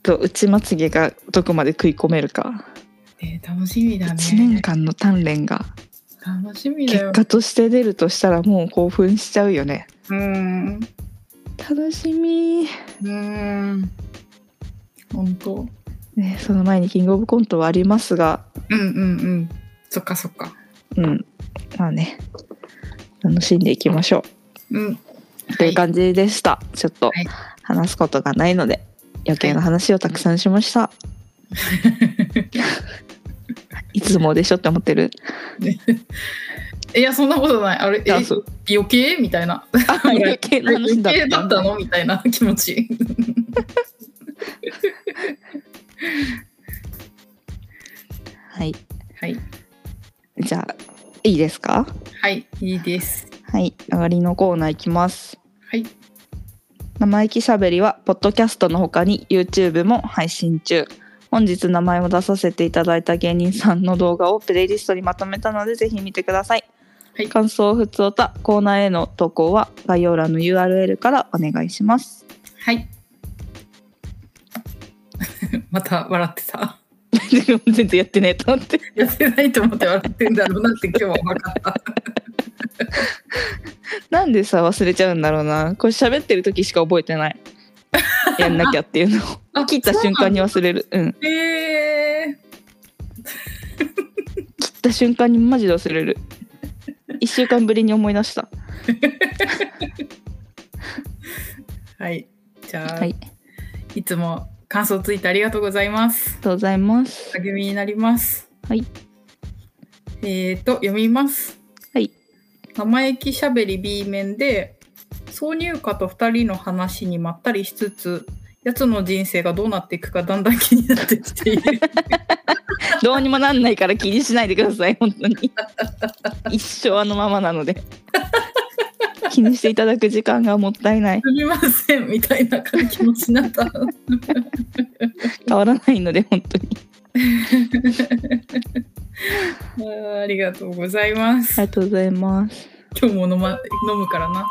[SPEAKER 1] と内まつげがどこまで食い込めるか、
[SPEAKER 2] ね楽しみだね。
[SPEAKER 1] 1年間の鍛錬が
[SPEAKER 2] 楽しみだ
[SPEAKER 1] 結
[SPEAKER 2] よ。
[SPEAKER 1] 果として出るとしたらもう興奮しちゃうよね
[SPEAKER 2] うん。
[SPEAKER 1] 楽しみ
[SPEAKER 2] うん。本当。うん
[SPEAKER 1] ね、その前にキングオブコントはありますが
[SPEAKER 2] うんうん。そっかそっか。
[SPEAKER 1] うんまあね楽しんでいきましょ
[SPEAKER 2] うん。
[SPEAKER 1] うという感じでした、ちょっと
[SPEAKER 2] はい
[SPEAKER 1] 話すことがないので余計な話をたくさんしました、い、つもでしょって思ってる
[SPEAKER 2] いや、そんなことない。あれ、え
[SPEAKER 1] あそう
[SPEAKER 2] 余計みたいな。
[SPEAKER 1] あ余計な
[SPEAKER 2] 余
[SPEAKER 1] 話だっ
[SPEAKER 2] 計
[SPEAKER 1] た
[SPEAKER 2] だったのみたいな気持ち。
[SPEAKER 1] はい
[SPEAKER 2] はい。
[SPEAKER 1] じゃあいいですか
[SPEAKER 2] はい。いいです。
[SPEAKER 1] はい上がりのコーナーいきます
[SPEAKER 2] はい。
[SPEAKER 1] 生意気しゃべりはポッドキャストのほかに YouTube も配信中本日名前を出させていただいた芸人さんの動画をプレイリストにまとめたのでぜひ見てください、
[SPEAKER 2] はい
[SPEAKER 1] 感想ふつおたコーナーへの投稿は概要欄の URL からお願いします
[SPEAKER 2] はい。 また笑ってた。
[SPEAKER 1] 全然やってねえと思って
[SPEAKER 2] やってないと思って笑ってんだろうなって今日は分かった。
[SPEAKER 1] なんでさ忘れちゃうんだろうなこれ喋ってる時しか覚えて ないやんなきゃっていうのを
[SPEAKER 2] あ
[SPEAKER 1] 切った瞬間に忘れるうん
[SPEAKER 2] え
[SPEAKER 1] 切った瞬間にマジで忘れる1週間ぶりに思い出した
[SPEAKER 2] ー、はい。じゃ
[SPEAKER 1] は
[SPEAKER 2] あ、
[SPEAKER 1] いあ
[SPEAKER 2] い
[SPEAKER 1] り、が
[SPEAKER 2] つも感想ツイートありがとうございます。
[SPEAKER 1] とうございます
[SPEAKER 2] 励みになります。
[SPEAKER 1] はい。
[SPEAKER 2] えーと、読みます。
[SPEAKER 1] はい。
[SPEAKER 2] 生意気しゃべり B 面で、挿入歌と2人の話にまったりしつつ、やつの人生がどうなっていくかだんだん気になってきてい る。
[SPEAKER 1] どうにもなんないから気にしないでください本当に一生あのままなので気にしていただく時間がもったいない
[SPEAKER 2] すみませんみたいな気持ちになった。
[SPEAKER 1] 変わらないので本当に
[SPEAKER 2] あーありがとうございます
[SPEAKER 1] あ。りがとうございます
[SPEAKER 2] 今日も飲,、ま、飲むからな。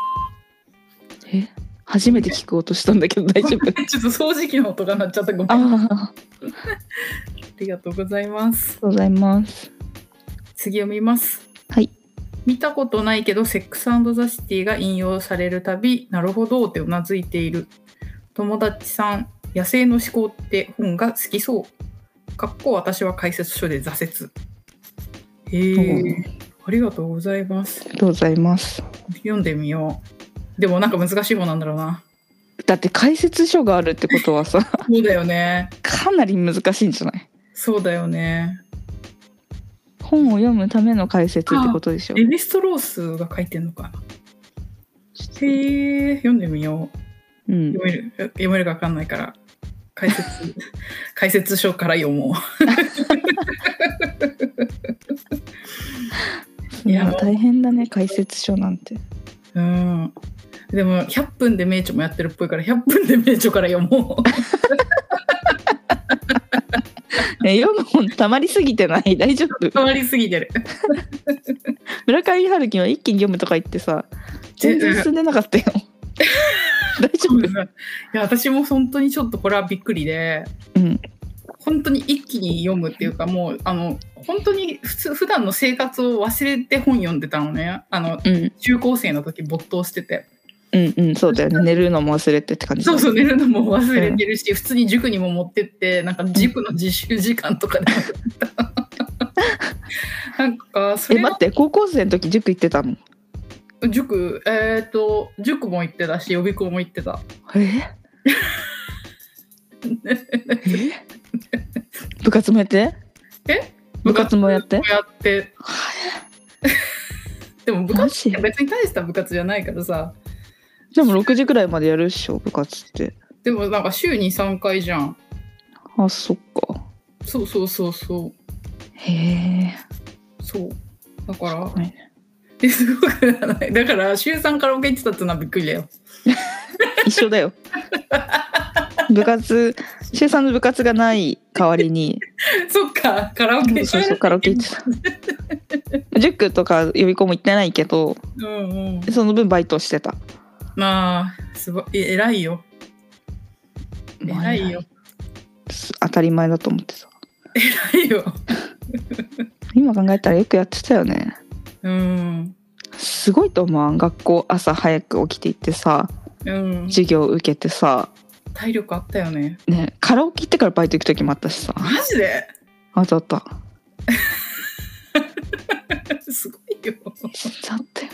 [SPEAKER 1] え初めて聞こうとしたんだけど大 丈夫
[SPEAKER 2] ちょっと掃除機の音が鳴っちゃった。ごめん。
[SPEAKER 1] あ
[SPEAKER 2] あ
[SPEAKER 1] ーあ
[SPEAKER 2] りがとうございま
[SPEAKER 1] り
[SPEAKER 2] す
[SPEAKER 1] が。とうございます
[SPEAKER 2] 次読みます。
[SPEAKER 1] はい
[SPEAKER 2] 見たことないけど、セックスザシティが引用されるたび、なるほどってうなずいている。友達さん、野生の思考って本が好きそう。かっこ私は解説書で挫折。へ
[SPEAKER 1] お
[SPEAKER 2] え、ありがとうございます
[SPEAKER 1] あ。りがとうございます
[SPEAKER 2] 読んでみよう。でもなんか難しい本なんだろうな。
[SPEAKER 1] だって解説書があるってことは さ
[SPEAKER 2] そうだよね。
[SPEAKER 1] かなり難しいんじゃない
[SPEAKER 2] そうだよね。
[SPEAKER 1] 本を読むための解説ってことでしょ
[SPEAKER 2] レヴィストロースが書いてんのかな。へえ、読んでみよう。
[SPEAKER 1] うん
[SPEAKER 2] 読める、読めるかわかんないから。解説、解説書から読も
[SPEAKER 1] い
[SPEAKER 2] いや
[SPEAKER 1] や大変だね解説書なん て
[SPEAKER 2] う。うん。でも、100分で名著もやってるっぽいから、100分で名著から読もう。
[SPEAKER 1] え読む本たまりすぎてない 大丈夫
[SPEAKER 2] 変わりすぎてる。
[SPEAKER 1] 村上春樹は一気に読むとか言ってさ全然進んでなかったよ大丈
[SPEAKER 2] い
[SPEAKER 1] 夫
[SPEAKER 2] や、私も本当にちょっとこれはびっくりで、
[SPEAKER 1] うん
[SPEAKER 2] 本当に一気に読むっていうか、もう、あの、本当に普通、普段の生活を忘れて本読んでたのね。あの、
[SPEAKER 1] うん
[SPEAKER 2] 中高生の時没頭してて。
[SPEAKER 1] うんうんそうだよね寝るのも忘れてって感じ
[SPEAKER 2] そうそうう寝るのも忘れてるし、普通に塾にも持ってってなんか塾の自習時間とかで なんかそ
[SPEAKER 1] え
[SPEAKER 2] れ
[SPEAKER 1] 待
[SPEAKER 2] は
[SPEAKER 1] って高校生の時塾行ってたの
[SPEAKER 2] 塾えっ、と塾も行ってたし予備校も行ってた
[SPEAKER 1] ええ部活もやって
[SPEAKER 2] え
[SPEAKER 1] 部活もやって
[SPEAKER 2] やってでも部
[SPEAKER 1] マジ
[SPEAKER 2] 活別に大した部活じゃないからさ
[SPEAKER 1] でも6時くらいまでやるっしょ部活って
[SPEAKER 2] でもなんか週に3回じゃん
[SPEAKER 1] あそっか
[SPEAKER 2] そうそうそうそ
[SPEAKER 1] へえ
[SPEAKER 2] うそうだから
[SPEAKER 1] ごめんね
[SPEAKER 2] ですごくないだから週3カラオケ行ってたってのはびっくりだよ
[SPEAKER 1] 一緒だよ 部活週3の部活がない代わり に
[SPEAKER 2] そっかカラオケ
[SPEAKER 1] そうそうカラオケ行ってた 塾とか予備校も行ってないけど
[SPEAKER 2] うんうん
[SPEAKER 1] その分バイトしてた
[SPEAKER 2] まあすごいえ偉いよ偉いよ
[SPEAKER 1] す当たり前だと思ってた
[SPEAKER 2] ないよ。
[SPEAKER 1] 今考えたらよくやってたよね
[SPEAKER 2] うん。
[SPEAKER 1] すごいと思わん学校朝早く起きて行ってさ
[SPEAKER 2] うん。
[SPEAKER 1] 授業受けてさ、
[SPEAKER 2] 体力あったよね。
[SPEAKER 1] ね、カラオケ行ってからバイト行く時もあったしさ
[SPEAKER 2] マジで
[SPEAKER 1] あったあった
[SPEAKER 2] すごいよ。
[SPEAKER 1] だって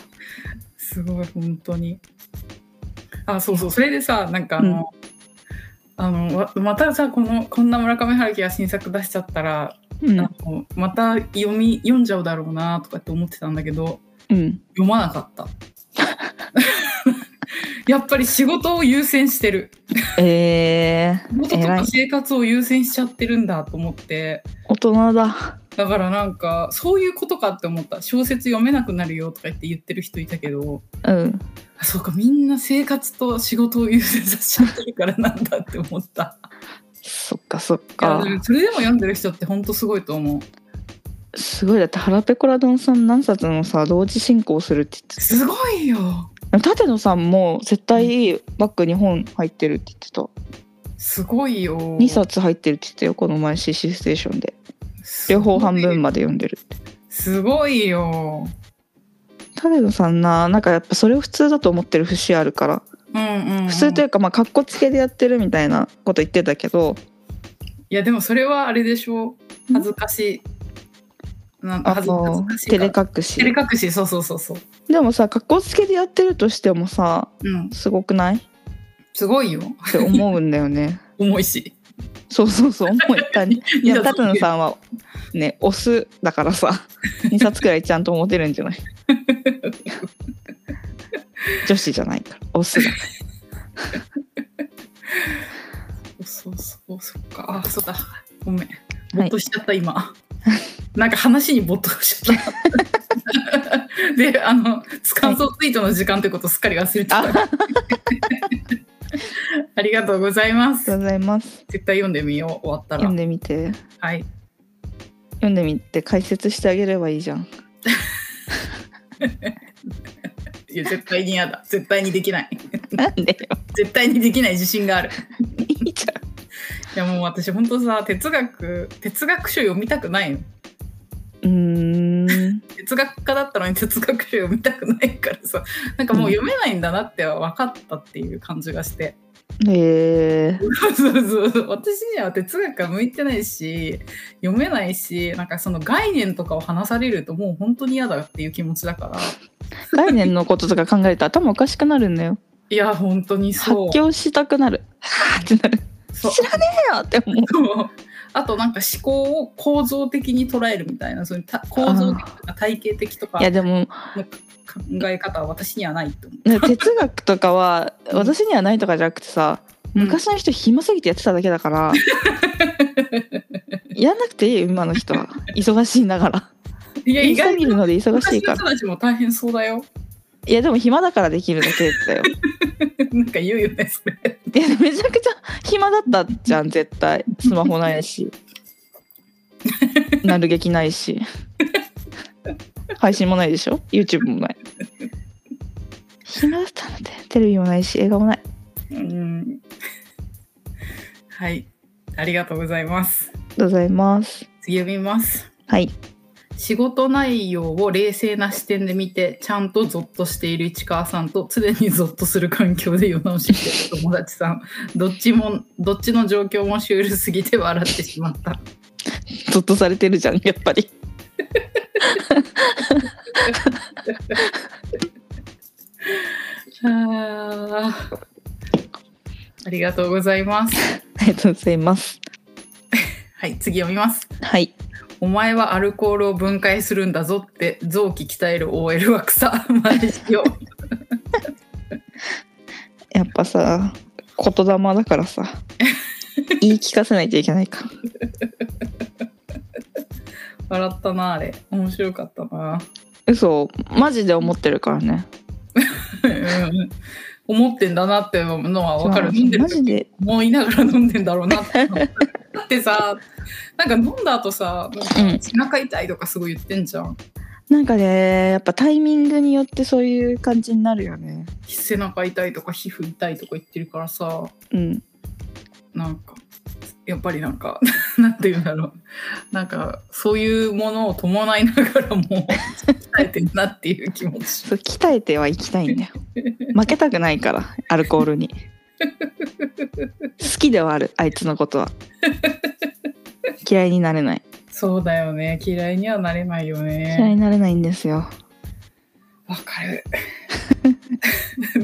[SPEAKER 2] すごい、本当に。あ、そうそう。それでさ、なんかあの、あのわまたさこのこんな村上春樹が新作出しちゃったら、
[SPEAKER 1] うん
[SPEAKER 2] あのまた読み読んじゃうだろうなとかって思ってたんだけど
[SPEAKER 1] うん
[SPEAKER 2] 読まなかった やっぱり仕事を優先してる
[SPEAKER 1] え
[SPEAKER 2] 仕
[SPEAKER 1] ー、
[SPEAKER 2] 事と
[SPEAKER 1] 偉い
[SPEAKER 2] か生活を優先しちゃってるんだと思って
[SPEAKER 1] 大人だ
[SPEAKER 2] だからなんかそういうことかって思った小説読めなくなるよとか言って言ってる人いたけど
[SPEAKER 1] うん
[SPEAKER 2] あそうかみんな生活と仕事を優先させちゃってるからなんだって思った
[SPEAKER 1] そっかそっ
[SPEAKER 2] いや
[SPEAKER 1] か
[SPEAKER 2] でもそれでも読んでる人ってほんとすごいと思う
[SPEAKER 1] すごいだって腹ペコラ丼さん何冊もさ同時進行するって言って
[SPEAKER 2] すごいよ
[SPEAKER 1] た舘野さんも絶対バッグ2本入ってるって言ってた
[SPEAKER 2] すごいよ
[SPEAKER 1] 2冊入ってるって言ってたよこの前 CC ステーションです両方半分まで読んでるって
[SPEAKER 2] すごいよ
[SPEAKER 1] 舘野さんななんかやっぱそれを普通だと思ってる節あるから
[SPEAKER 2] うんうんうん、
[SPEAKER 1] 普通というかまあかっこつけでやってるみたいなこと言ってたけど
[SPEAKER 2] いやでもそれはあれでしょう恥ずかしいなんか
[SPEAKER 1] あ
[SPEAKER 2] 恥ず恥
[SPEAKER 1] の
[SPEAKER 2] ずかし
[SPEAKER 1] 照
[SPEAKER 2] いから
[SPEAKER 1] れ隠し
[SPEAKER 2] 照れ隠しそうそうそうそう
[SPEAKER 1] でもさかっこつけでやってるとしてもさ
[SPEAKER 2] うん
[SPEAKER 1] すごくないっ
[SPEAKER 2] すごいよ
[SPEAKER 1] て思うんだよね
[SPEAKER 2] 重いし
[SPEAKER 1] そうそうそう思った ねいや舘野さんはねオスだからさ2冊くらいちゃんと持てるん じゃない女子じゃないからオスだから
[SPEAKER 2] そうそうそっかあそうだごめんぼっとしちゃった今、 なんか話にぼっとしちゃった であの感想ツイートの時間ということをすっかり忘れてた、
[SPEAKER 1] あ
[SPEAKER 2] ありがとうございま
[SPEAKER 1] りがと
[SPEAKER 2] す
[SPEAKER 1] うございます
[SPEAKER 2] 絶対読んでみよう終わった
[SPEAKER 1] 読
[SPEAKER 2] ら
[SPEAKER 1] んでみて
[SPEAKER 2] はい
[SPEAKER 1] 読んでみて解説してあげればいいじゃん
[SPEAKER 2] いや絶対に嫌だ絶対にできない
[SPEAKER 1] なんでよ
[SPEAKER 2] 絶対にできない自信がある
[SPEAKER 1] いいじゃん
[SPEAKER 2] いやもう私本当さ哲学哲学書読みたくないの
[SPEAKER 1] うーん
[SPEAKER 2] 哲学家だったのに 哲学書読みたくないからさなんかもう読めないんだなって分かったっていう感じがして、
[SPEAKER 1] えー、
[SPEAKER 2] そうそうそう私には哲学が向いてないし読めないしなんかその概念とかを話されるともう本当に嫌だっていう気持ちだから
[SPEAKER 1] 概念のこととか考えると頭おかしくなるんだよ
[SPEAKER 2] いや本当に
[SPEAKER 1] 発
[SPEAKER 2] そう
[SPEAKER 1] 狂したくなるはーってなる
[SPEAKER 2] そう
[SPEAKER 1] 知らねえよって思う
[SPEAKER 2] そうあとなんか思考を構造的に捉えるみたいなそういうた構造的とか体系的とか
[SPEAKER 1] いやでも
[SPEAKER 2] 考え方は私にはないと思う。
[SPEAKER 1] ね哲学とかは
[SPEAKER 2] うん
[SPEAKER 1] 私にはないとかじゃなくてさ昔の人暇すぎてやってただけだ から、やんなくていいよ今の人は忙しいんだから
[SPEAKER 2] いや
[SPEAKER 1] 言
[SPEAKER 2] 意
[SPEAKER 1] い過
[SPEAKER 2] 外
[SPEAKER 1] ぎ
[SPEAKER 2] に
[SPEAKER 1] るので忙しい
[SPEAKER 2] 昔
[SPEAKER 1] から
[SPEAKER 2] の人たちも大変そうだよ。
[SPEAKER 1] いやでも暇だからできるだけだよ
[SPEAKER 2] なんか言うよねそれ。
[SPEAKER 1] いやめちゃくちゃ暇だったじゃん絶対スマホないしなる劇ないし配信もないでしょ YouTube もない暇だったのでテレビもないし映画もない
[SPEAKER 2] うん。はい。ありがとうございます。
[SPEAKER 1] ありがとうございます
[SPEAKER 2] 次読みます。
[SPEAKER 1] はい
[SPEAKER 2] 仕事内容を冷静な視点で見て、ちゃんとゾッとしている市川さんと、常にゾッとする環境で世直ししている友達さん。 どっちも、どっちの状況もシュールすぎて笑ってしまった。
[SPEAKER 1] ゾッとされてるじゃんやっぱり
[SPEAKER 2] あーありがとうございます。
[SPEAKER 1] ありがとうございます
[SPEAKER 2] はい、次読みます。
[SPEAKER 1] はい
[SPEAKER 2] お前はアルコールを分解するんだぞって臓器鍛える OL は草マジよ
[SPEAKER 1] やっぱさ言霊だから さ言い聞かせないといけないか
[SPEAKER 2] 笑ったなあれ面白かったな
[SPEAKER 1] 嘘マジで思ってるからね
[SPEAKER 2] うん思ってんだなっていうのは分かる
[SPEAKER 1] そう
[SPEAKER 2] 飲んでる
[SPEAKER 1] マジで
[SPEAKER 2] 思いながら飲んでんだろうなってだってさなんか飲んだ後さなんか背中痛いとかすごい言ってんじゃん
[SPEAKER 1] なんかねやっぱタイミングによってそういう感じになるよね
[SPEAKER 2] 背中痛いとか皮膚痛いとか言ってるからさ
[SPEAKER 1] うん
[SPEAKER 2] なんかやっぱりなんか なんていうんだろうなんかそういうものを伴いながらも鍛えてるなっていう気持ち
[SPEAKER 1] そう鍛えてはいきたいん だよ負けたくないからアルコールに好きではあるあいつのこと は嫌いになれない
[SPEAKER 2] そうだよね嫌いにはなれないよ
[SPEAKER 1] 嫌い
[SPEAKER 2] ね
[SPEAKER 1] になれないんですよ
[SPEAKER 2] わかる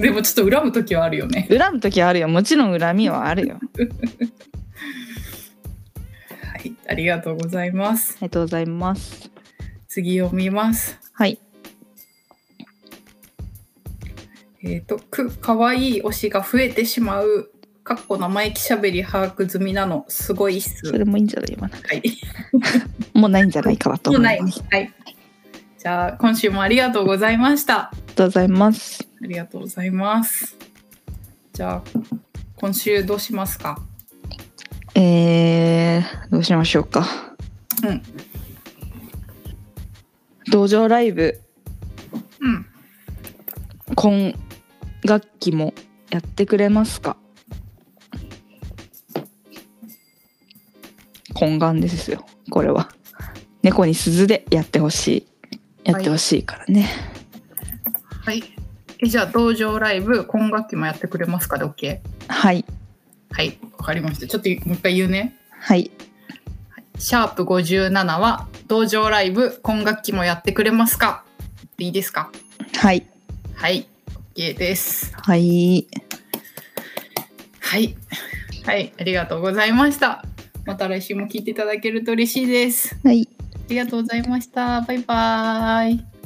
[SPEAKER 2] でもちょっと恨む時はあるよね
[SPEAKER 1] 恨む時はあるよもちろん恨みはあるよあ
[SPEAKER 2] はいありがとうございます
[SPEAKER 1] りがとうございます
[SPEAKER 2] 次読みます
[SPEAKER 1] はい
[SPEAKER 2] えっ、とくかわいい推しが増えてしまうかっこ生意気しゃべり把握済みなのすごいっす
[SPEAKER 1] それもいいんじゃない今の
[SPEAKER 2] はい
[SPEAKER 1] もうないんじゃないかなと
[SPEAKER 2] も
[SPEAKER 1] 思い
[SPEAKER 2] うない
[SPEAKER 1] ます
[SPEAKER 2] はい。じゃあ今週もありがとうございました。あ
[SPEAKER 1] ありがとうございます
[SPEAKER 2] りがとうございます。じゃあ今週どうしますか。
[SPEAKER 1] えー、どうしましょうか
[SPEAKER 2] うん
[SPEAKER 1] 道場ライブ
[SPEAKER 2] うん。
[SPEAKER 1] 今楽器もやってくれますか懇願ですよこれは猫に鈴でやってほしいやってほしいからね、
[SPEAKER 2] はい。えじゃあ道場ライブ今学期もやってくれますかで OK。
[SPEAKER 1] はい
[SPEAKER 2] はい。わかりました。ちょっともう一回言うね。
[SPEAKER 1] はい
[SPEAKER 2] シャープ57は道場ライブ今学期もやってくれますかでいいですか。
[SPEAKER 1] はい
[SPEAKER 2] はい。OK です。
[SPEAKER 1] はい
[SPEAKER 2] はい。はい。ありがとうございました。また来週も聞いていただけると嬉しいです。
[SPEAKER 1] はい
[SPEAKER 2] ありがとうございました。バイバイ。